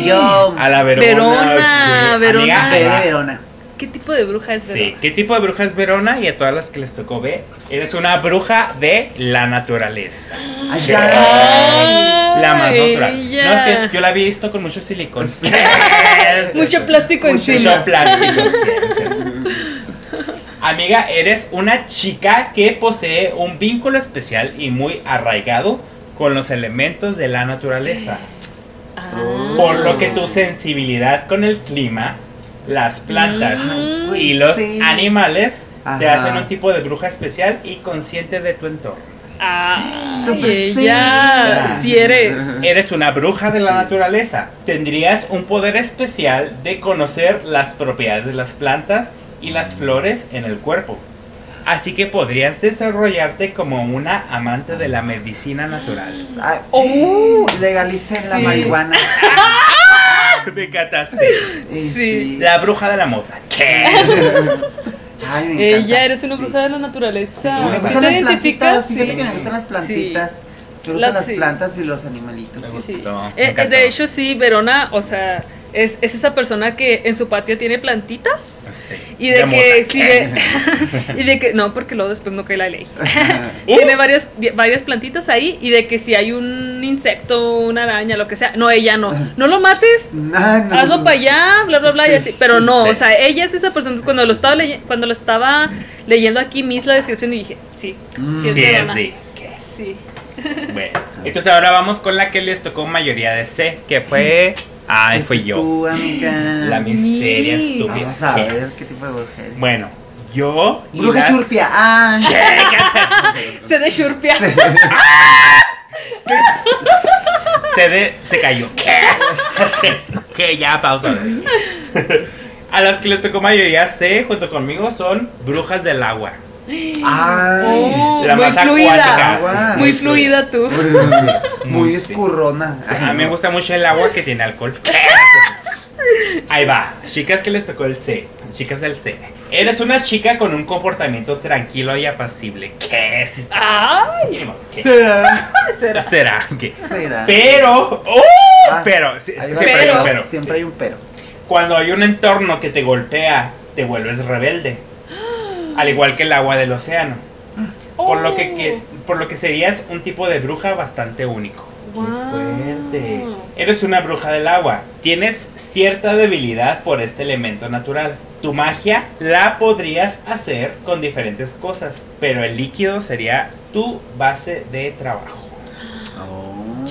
Speaker 3: Yo.
Speaker 1: A la Verona.
Speaker 2: Verona,
Speaker 1: sí.
Speaker 2: Verona.
Speaker 1: Amiga,
Speaker 3: P de
Speaker 1: va.
Speaker 3: Verona.
Speaker 2: ¿Qué tipo de bruja es
Speaker 1: Sí,
Speaker 2: Verona?
Speaker 1: ¿qué tipo de bruja es Verona? Y a todas las que les tocó B, eres una bruja de la naturaleza.
Speaker 3: Ay,
Speaker 1: Sí.
Speaker 3: ya.
Speaker 1: La más
Speaker 2: Ay,
Speaker 1: natural.
Speaker 2: ya.
Speaker 1: No sé, yo la había visto con mucho silicón.
Speaker 2: Mucho plástico
Speaker 3: Mucho
Speaker 2: encima.
Speaker 1: Mucho plástico. Amiga, eres una chica que posee un vínculo especial y muy arraigado con los elementos de la naturaleza.
Speaker 2: Ah.
Speaker 1: Por lo que tu sensibilidad con el clima, las plantas
Speaker 2: Mm.
Speaker 1: y los
Speaker 3: Sí.
Speaker 1: animales te
Speaker 3: Ajá.
Speaker 1: hacen un tipo de bruja especial y consciente de tu entorno.
Speaker 2: Ah,
Speaker 3: Súper
Speaker 2: ella,
Speaker 3: seria.
Speaker 2: si eres.
Speaker 1: Eres una bruja de la naturaleza. Tendrías un poder especial de conocer las propiedades de las plantas y las flores en el cuerpo. Así que podrías desarrollarte como una amante de la medicina natural.
Speaker 3: Ay,
Speaker 2: Oh.
Speaker 3: legalicen Ah, uh, la
Speaker 2: Sí.
Speaker 3: marihuana.
Speaker 1: Me cataste.
Speaker 3: Eh,
Speaker 2: Sí.
Speaker 1: La bruja de la mota. ¿Qué?
Speaker 3: Ay, me encanta.
Speaker 2: Ella, eres una
Speaker 3: Sí.
Speaker 2: bruja de la naturaleza.
Speaker 3: Me
Speaker 1: ¿Sí
Speaker 3: gustan
Speaker 2: ¿Te
Speaker 3: las plantitas.
Speaker 2: identificas?
Speaker 3: Fíjate
Speaker 1: Sí.
Speaker 3: que me gustan las
Speaker 2: Sí.
Speaker 3: plantitas. Me gustan
Speaker 2: Las-
Speaker 3: las
Speaker 2: sí.
Speaker 3: plantas y los animalitos.
Speaker 1: Me
Speaker 3: Sí,
Speaker 1: gusta.
Speaker 3: sí.
Speaker 2: Sí.
Speaker 1: No, me
Speaker 2: Eh,
Speaker 1: encantó.
Speaker 2: de hecho, sí, Verona, o sea, es, es esa persona que en su patio tiene plantitas.
Speaker 1: Sí.
Speaker 2: Y de,
Speaker 1: mota.
Speaker 2: que si ve. y de que. No, porque luego después no cae la ley.
Speaker 1: Uh.
Speaker 2: Tiene varias, di- varias plantitas ahí. Y de que si hay un insecto, una araña, lo que sea. No, ella no. No lo mates.
Speaker 3: No, no.
Speaker 2: hazlo para allá, bla, bla, bla, y
Speaker 3: Sí,
Speaker 2: así. Pero no,
Speaker 1: sí.
Speaker 2: o sea, ella es esa persona. Cuando lo estaba, leye- cuando lo estaba leyendo aquí, mis la descripción y dije, sí,
Speaker 3: Mm.
Speaker 2: sí es
Speaker 1: Sí, es
Speaker 2: Verona.
Speaker 1: de- ¿Qué?
Speaker 2: Sí.
Speaker 1: Bueno, entonces ahora vamos con la que les tocó mayoría de C, que fue Ay,
Speaker 3: Pues
Speaker 1: fue yo.
Speaker 3: Tú, amiga.
Speaker 1: La miseria
Speaker 2: Mi-
Speaker 1: estúpida.
Speaker 3: Vamos a ver qué tipo de bruja eres.
Speaker 1: Bueno, yo. y
Speaker 3: bruja
Speaker 1: las-
Speaker 3: churpia. Ah.
Speaker 2: Se de Shurpia.
Speaker 1: se, de- se cayó. que ya, pausa. A las que le tocó mayoría C junto conmigo son brujas del agua.
Speaker 3: Ay.
Speaker 2: Oh,
Speaker 1: La
Speaker 2: muy
Speaker 1: más
Speaker 2: fluida.
Speaker 1: acuática.
Speaker 2: Muy fluida tú.
Speaker 3: Muy
Speaker 1: Sí. Pues,
Speaker 3: escurrona. Ay,
Speaker 1: A mí me
Speaker 3: no.
Speaker 1: gusta mucho el agua que tiene alcohol. Ahí va, chicas que les tocó el C, chicas del C. Eres una chica con un comportamiento tranquilo y apacible. ¿Qué es?
Speaker 2: Ay,
Speaker 1: ¿Qué
Speaker 3: ¿Será?
Speaker 2: será.
Speaker 1: será? ¿Qué?
Speaker 3: ¿Será?
Speaker 1: Pero, ¡oh!
Speaker 3: Ah,
Speaker 1: pero, sí,
Speaker 3: Ahí va
Speaker 1: siempre hay
Speaker 3: el
Speaker 1: un
Speaker 2: Pero.
Speaker 1: pero.
Speaker 3: Siempre hay un pero.
Speaker 1: Cuando hay un entorno que te golpea, te vuelves rebelde. Al igual que el agua del océano. Por lo que, que es-
Speaker 2: Oh.
Speaker 1: por lo que serías un tipo de bruja bastante único.
Speaker 2: Wow.
Speaker 1: ¡Qué fuerte! Eres una bruja del agua. Tienes cierta debilidad por este elemento natural. Tu magia la podrías hacer con diferentes cosas, pero el líquido sería tu base de trabajo.
Speaker 2: Oh.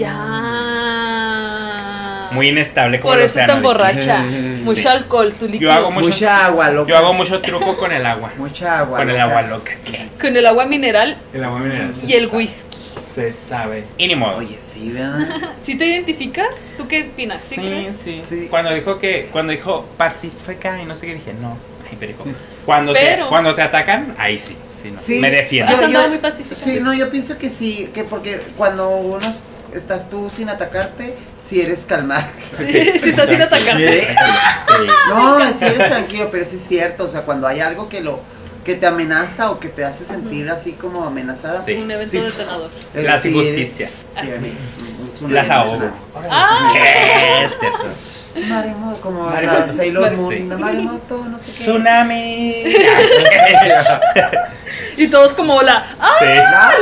Speaker 2: Ya.
Speaker 1: Muy inestable como
Speaker 2: Ah. Por
Speaker 1: el
Speaker 2: eso
Speaker 1: océano.
Speaker 2: tan
Speaker 1: de-
Speaker 2: borracha.
Speaker 3: Sí.
Speaker 2: Mucho alcohol, tu líquido.
Speaker 1: hago mucho-
Speaker 3: Mucha agua, loca.
Speaker 1: Yo hago mucho truco con el agua.
Speaker 3: Mucha agua.
Speaker 1: con el
Speaker 3: loca. Mm.
Speaker 1: agua loca. ¿Qué?
Speaker 2: Con el agua mineral
Speaker 1: El agua mineral.
Speaker 2: y el whisky.
Speaker 1: Se sabe. Y ni modo.
Speaker 3: Oye, sí, ¿verdad?
Speaker 2: ¿Sí te identificas? ¿Tú qué opinas?
Speaker 1: Sí,
Speaker 2: ¿Sí, crees?
Speaker 1: sí,
Speaker 3: Sí.
Speaker 1: Cuando dijo que, cuando dijo pacífica y no sé qué dije, no. Ay, pero dijo, Cuando,
Speaker 2: Pero-
Speaker 1: Te, cuando te atacan, ahí sí. sí, no.
Speaker 3: Sí.
Speaker 1: Me defiendo.
Speaker 2: Has andado muy pacífica.
Speaker 3: Sí, no, yo pienso que sí, que porque cuando uno es- estás tú sin atacarte, si eres calmada.
Speaker 2: Sí, sí, estás sin atacarte.
Speaker 1: Sí. Sí.
Speaker 3: No, si eres tranquilo, pero sí es cierto, o sea, cuando hay algo que lo que te amenaza o que te hace sentir así como amenazada.
Speaker 1: Sí.
Speaker 2: Un evento
Speaker 3: Sí.
Speaker 2: detonador.
Speaker 3: es
Speaker 1: Las
Speaker 3: decir,
Speaker 1: injusticias.
Speaker 3: sí,
Speaker 2: Así.
Speaker 3: es una
Speaker 1: Las
Speaker 3: amenaza.
Speaker 1: ahogo.
Speaker 2: Ah.
Speaker 1: ¿Qué es esto?
Speaker 3: Un Maremoto, como
Speaker 1: Maremoto.
Speaker 3: la Sailor
Speaker 2: Sí.
Speaker 3: Moon, un maremoto, no sé qué.
Speaker 1: Tsunami.
Speaker 2: Y todos como hola. ¡Ah!
Speaker 1: Sí.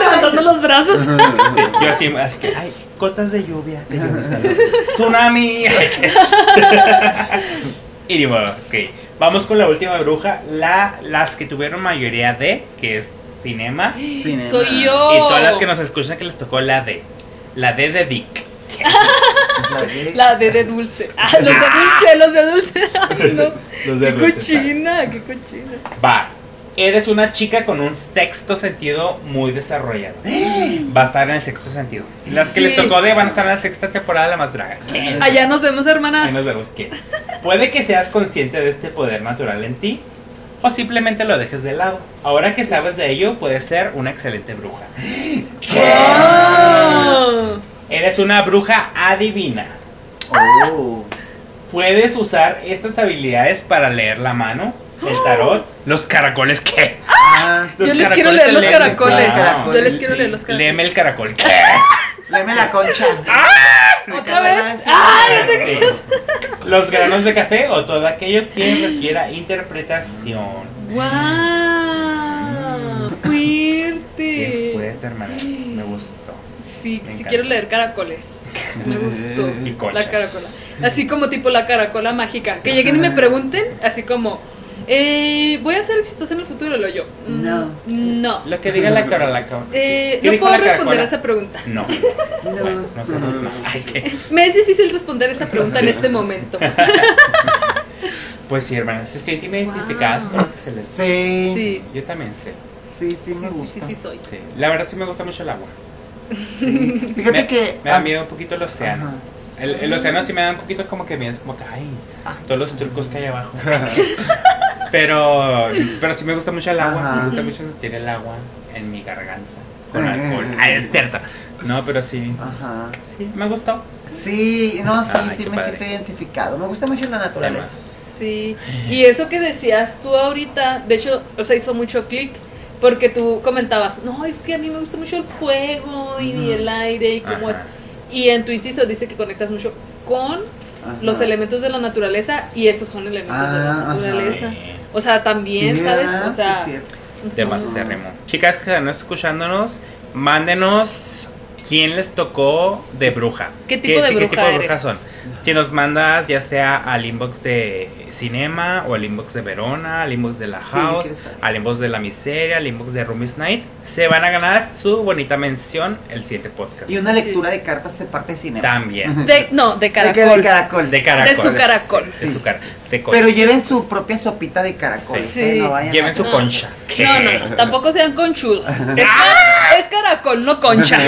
Speaker 2: Levantando los brazos.
Speaker 1: Sí, yo así, así que, ay, gotas de lluvia. de lluvia, salud. Tsunami. y digo, ok. Vamos con la última bruja. La, las que tuvieron mayoría D, que es cinema. Y
Speaker 3: Cinema.
Speaker 2: Soy yo.
Speaker 1: todas las que nos escuchan que les tocó la D. La D de Dick.
Speaker 3: La de-
Speaker 2: La de de dulce. Ah, los de dulce, los de dulce. Ay, no.
Speaker 1: Los
Speaker 2: Qué
Speaker 1: de dulce,
Speaker 2: cochina, qué cochina.
Speaker 1: Va. Eres una chica con un sexto sentido muy desarrollado. Va a estar en el sexto sentido. Las que les
Speaker 2: Sí.
Speaker 1: tocó D van a estar en la sexta temporada de La Más Draga. ¿Qué?
Speaker 2: Allá nos vemos, hermanas.
Speaker 1: Ahí nos vemos que puede que seas consciente de este poder natural en ti o simplemente lo dejes de lado. Ahora que sabes de ello, puedes ser una excelente bruja.
Speaker 2: Oh.
Speaker 1: Eres una bruja adivina.
Speaker 3: Oh.
Speaker 1: Puedes usar estas habilidades para leer la mano, el tarot, los caracoles. ¿Qué?
Speaker 3: Ah,
Speaker 1: Los
Speaker 2: Yo les quiero
Speaker 1: caracoles
Speaker 2: leer
Speaker 1: te
Speaker 2: los
Speaker 1: leen.
Speaker 2: caracoles.
Speaker 1: Ah,
Speaker 2: Yo les
Speaker 3: sí.
Speaker 2: quiero leer los caracoles.
Speaker 1: Léeme el caracol. ¿Qué?
Speaker 3: Leme la concha.
Speaker 2: ¿Otra vez?
Speaker 3: Ah,
Speaker 2: ¡Ay! no te-
Speaker 1: Los granos de café o todo aquello que requiera interpretación.
Speaker 2: ¡Guau!
Speaker 1: Qué
Speaker 2: ¡Fuerte!
Speaker 1: fuerte, hermanas. Me gustó.
Speaker 2: Sí,
Speaker 1: Me
Speaker 2: sí
Speaker 1: encanta.
Speaker 2: quiero leer caracoles. Me gustó.
Speaker 1: Y
Speaker 2: La
Speaker 1: conchas.
Speaker 2: caracola. Así como tipo la caracola mágica. Que lleguen y me pregunten, así como, eh, ¿voy a ser exitosa en el futuro? Lo yo. mm,
Speaker 3: No.
Speaker 2: No.
Speaker 1: Lo que diga la cara, la cara.
Speaker 2: Eh,
Speaker 1: ¿Qué
Speaker 2: no
Speaker 1: dijo
Speaker 2: puedo
Speaker 1: la
Speaker 2: responder
Speaker 1: caracola?
Speaker 2: a esa pregunta.
Speaker 1: No.
Speaker 3: No.
Speaker 1: Bueno, nosotros no. Ay, qué-
Speaker 2: Me es difícil responder esa pregunta en este momento.
Speaker 1: Pues sí, hermanas, se sienten identificadas
Speaker 2: Wow.
Speaker 1: con lo que se les
Speaker 3: Sí.
Speaker 2: Sí.
Speaker 1: Yo también sé.
Speaker 3: Sí, sí, me
Speaker 2: sí, sí,
Speaker 3: gusta.
Speaker 2: sí, soy.
Speaker 1: Sí. La verdad sí me gusta mucho el agua.
Speaker 3: Fíjate
Speaker 1: me,
Speaker 3: que.
Speaker 1: Me da
Speaker 3: ah,
Speaker 1: miedo un poquito el océano.
Speaker 3: ajá.
Speaker 1: El, el océano sí me da un poquito como que miedo, es como que, ay, todos los trucos que hay abajo. pero, pero sí me gusta mucho el agua,
Speaker 3: Ajá. Eh.
Speaker 1: me gusta mucho sentir el agua en mi garganta, con
Speaker 3: Ajá.
Speaker 1: alcohol. Ah, es cierto. No, pero sí,
Speaker 3: Ajá.
Speaker 1: sí, me gustó.
Speaker 3: Sí, no, sí,
Speaker 1: Ay,
Speaker 3: sí,
Speaker 1: qué
Speaker 3: me
Speaker 1: padre.
Speaker 3: siento identificado. Me gusta mucho la naturaleza.
Speaker 1: Además.
Speaker 2: Sí, y eso que decías tú ahorita, de hecho, o sea, hizo mucho clic, porque tú comentabas, no, es que a mí me gusta mucho el fuego y
Speaker 3: Ujú.
Speaker 2: el aire y cómo
Speaker 1: Ajá.
Speaker 2: es. Y en tu inciso dice que conectas mucho con
Speaker 3: Ajá.
Speaker 2: los elementos de la naturaleza y esos son elementos de la
Speaker 3: Ah, ajá.
Speaker 2: naturaleza.
Speaker 1: Sí.
Speaker 2: O sea, también,
Speaker 3: Sí,
Speaker 2: ¿sabes?
Speaker 3: ah,
Speaker 2: O sea,
Speaker 3: sí, es cierto.
Speaker 2: ujú.
Speaker 1: de Masterremo. Chicas que están escuchándonos, mándenos quién les tocó de bruja.
Speaker 2: ¿Qué tipo de bruja
Speaker 1: tipo de
Speaker 2: eres?
Speaker 1: brujas son? Si nos mandas ya sea al inbox de Cinema o al inbox de Verona, al inbox de La
Speaker 3: Sí,
Speaker 1: House,
Speaker 3: quién sabe.
Speaker 1: al inbox de La Miseria, al inbox de Rumi's Night, se van a ganar su bonita mención el siguiente podcast.
Speaker 3: Y una
Speaker 2: Sí.
Speaker 3: lectura de cartas de parte de cinema.
Speaker 1: También.
Speaker 2: De, no, de
Speaker 3: De que-
Speaker 2: caracol.
Speaker 3: De caracol.
Speaker 1: De caracol.
Speaker 2: De su caracol.
Speaker 1: Sí, de su cara- de concha.
Speaker 3: Pero lleven su propia sopita de caracol.
Speaker 2: Sí.
Speaker 3: ¿eh? No vayan
Speaker 1: Lleven
Speaker 3: a-
Speaker 1: su
Speaker 2: No.
Speaker 1: concha.
Speaker 2: No, no, no, tampoco sean conchudos. Es, car- es caracol, no concha.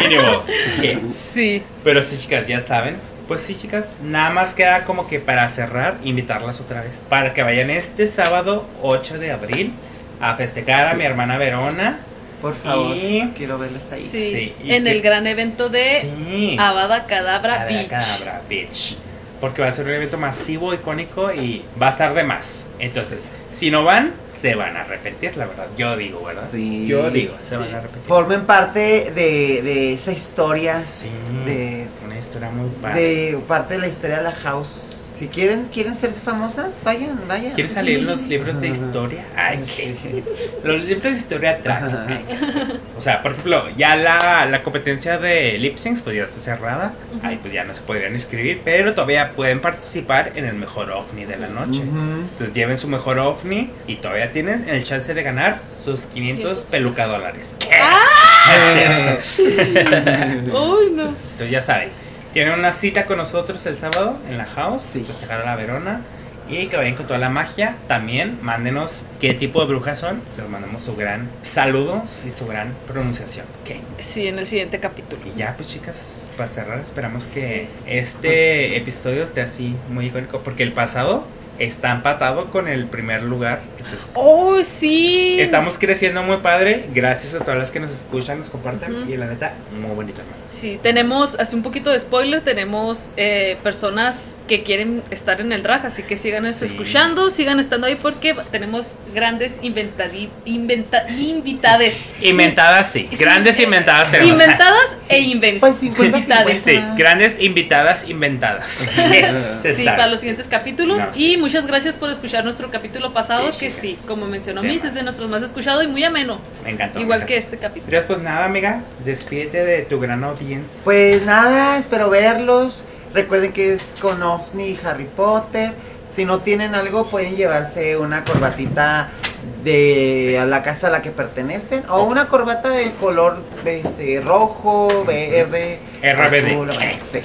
Speaker 1: Mínimo. ¿Qué?
Speaker 2: Sí.
Speaker 1: Pero sí, chicas, ya saben. Pues sí, chicas, nada más queda como que para cerrar, invitarlas otra vez. Para que vayan este sábado 8 de abril a festejar a mi hermana Verona.
Speaker 3: Por favor,
Speaker 1: Y-
Speaker 3: quiero verlos ahí.
Speaker 2: Sí,
Speaker 1: Sí, y
Speaker 2: en
Speaker 1: que-
Speaker 2: el gran evento de
Speaker 1: sí.
Speaker 2: Avada Cadabra Beach.
Speaker 1: Abracadabra, bitch. Porque va a ser un evento masivo, icónico y va a estar de más. Entonces, si no van, se van a arrepentir, la verdad. Yo digo, ¿verdad?
Speaker 3: Sí.
Speaker 1: Yo digo, se
Speaker 2: Sí.
Speaker 1: van a arrepentir.
Speaker 3: Formen parte de, de esa historia,
Speaker 1: Sí.
Speaker 3: de-
Speaker 1: Una historia muy padre.
Speaker 3: de parte de la historia de la house. Si quieren, quieren ser famosas, vayan, vayan.
Speaker 1: ¿Quieres salir en los libros de historia? Ay, qué. Los libros de historia atraen. Ay, qué. O sea, por ejemplo, ya la, la competencia de lip syncs pues ya está cerrada. Ay, pues ya no se podrían inscribir, pero todavía pueden participar en el mejor ovni de la noche.
Speaker 3: Ujú.
Speaker 1: Entonces lleven su mejor ovni y todavía tienes el chance de ganar sus 500 peluca dólares.
Speaker 2: Uy, no.
Speaker 1: Entonces ya saben, tienen una cita con nosotros el sábado en la house,
Speaker 3: Sí.
Speaker 1: festejar a la Verona. Y que vayan con toda la magia. También mándenos qué tipo de brujas son. Les mandamos su gran saludo y su gran pronunciación. Ok.
Speaker 2: Sí, en el siguiente capítulo.
Speaker 1: Y ya, pues chicas, para cerrar, esperamos que
Speaker 2: Sí.
Speaker 1: este episodio esté así muy icónico. Porque el pasado está empatado con el primer lugar. Entonces,
Speaker 2: Oh, sí.
Speaker 1: Estamos creciendo muy padre. Gracias a todas las que nos escuchan, nos comparten.
Speaker 2: Ujú.
Speaker 1: Y la neta, muy bonito, hermano.
Speaker 2: Sí, tenemos, hace un poquito de spoiler, tenemos eh, personas que quieren estar en el drag, así que sigan
Speaker 1: Sí.
Speaker 2: escuchando, sigan estando ahí porque tenemos grandes inventadi- inventa, invitades.
Speaker 1: Inventadas, sí.
Speaker 2: Sí,
Speaker 1: Grandes
Speaker 2: eh,
Speaker 1: inventadas tenemos.
Speaker 2: Inventadas e inventadas.
Speaker 3: Pues 50
Speaker 2: Invitades.
Speaker 1: Sí, Este, grandes invitadas inventadas. Se
Speaker 2: Ah. Sí,
Speaker 1: están.
Speaker 2: para los siguientes capítulos.
Speaker 1: No,
Speaker 2: y
Speaker 1: sí.
Speaker 2: muchas gracias por escuchar nuestro capítulo pasado,
Speaker 1: Sí,
Speaker 2: que
Speaker 1: chicas.
Speaker 2: sí, como mencionó
Speaker 1: De
Speaker 2: Miss,
Speaker 1: más.
Speaker 2: es de nuestros más escuchado y muy ameno,
Speaker 1: Me encantó.
Speaker 2: igual
Speaker 1: me
Speaker 2: que
Speaker 1: encantó.
Speaker 2: este capítulo.
Speaker 1: Pero, Pues nada, amiga, despídete de tu gran audiencia.
Speaker 3: Pues nada, espero verlos. Recuerden que es con OVNI y Harry Potter. Si no tienen algo, pueden llevarse una corbatita de a la casa a la que pertenecen o una corbata del color este rojo, verde,
Speaker 1: RBD.
Speaker 3: azul, o- sí.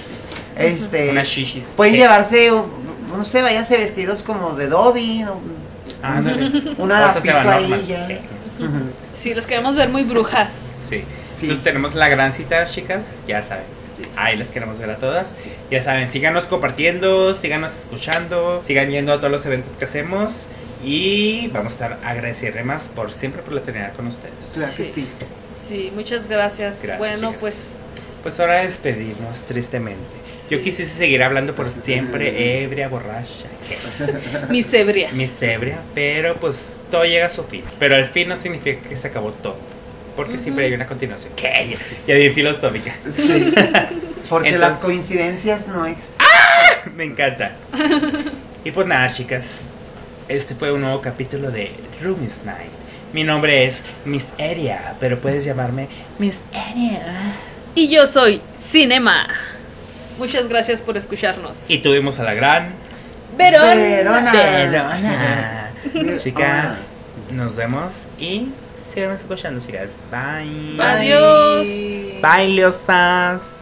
Speaker 3: Este,
Speaker 1: Unas shishis.
Speaker 3: pueden
Speaker 1: Sí.
Speaker 3: llevarse u- no sé, váyanse vestidos como de Dobby, ¿no?
Speaker 1: Ándale.
Speaker 3: un
Speaker 1: Cosas de
Speaker 3: harapito
Speaker 1: Van
Speaker 3: ahí
Speaker 1: Norman.
Speaker 3: ya.
Speaker 1: Sí.
Speaker 3: Ujú.
Speaker 2: Sí, los queremos ver muy brujas.
Speaker 1: Sí.
Speaker 3: Sí.
Speaker 1: Entonces tenemos la gran cita, chicas. Ya saben.
Speaker 2: Sí.
Speaker 1: Ahí las queremos ver a todas. Ya saben, síganos compartiendo, síganos escuchando, sigan yendo a todos los eventos que hacemos. Y vamos a estar agradecerle más por siempre por la oportunidad con ustedes.
Speaker 3: Claro que
Speaker 2: Sí.
Speaker 3: sí.
Speaker 2: Sí, muchas gracias.
Speaker 1: Gracias,
Speaker 2: bueno,
Speaker 1: chicas.
Speaker 2: pues
Speaker 1: Pues ahora despedirnos, tristemente. Yo
Speaker 2: Sí.
Speaker 1: quisiese seguir hablando por siempre, ebria, borracha, que-
Speaker 2: Miss Ebria.
Speaker 1: mis ebria, pero pues todo llega a su fin. Pero al fin no significa que se acabó todo. Porque
Speaker 2: Ujú.
Speaker 1: siempre hay una continuación. ¿Qué? Ya bien filosófica.
Speaker 3: Sí. Porque las
Speaker 1: Entonces-
Speaker 3: coincidencias no es.
Speaker 1: Me encanta. Y pues nada, chicas. Este fue un nuevo capítulo de Roomies Night. Mi nombre es Miss Eria, pero puedes llamarme Miss Eria.
Speaker 2: Y yo soy Cinema. Muchas gracias por escucharnos.
Speaker 1: Y tuvimos a la gran
Speaker 2: Verón.
Speaker 3: Verona.
Speaker 1: Verona.
Speaker 3: Ah.
Speaker 1: chicas, nos vemos y síganos escuchando, chicas. Bye.
Speaker 2: Adiós.
Speaker 1: Bye, leosas.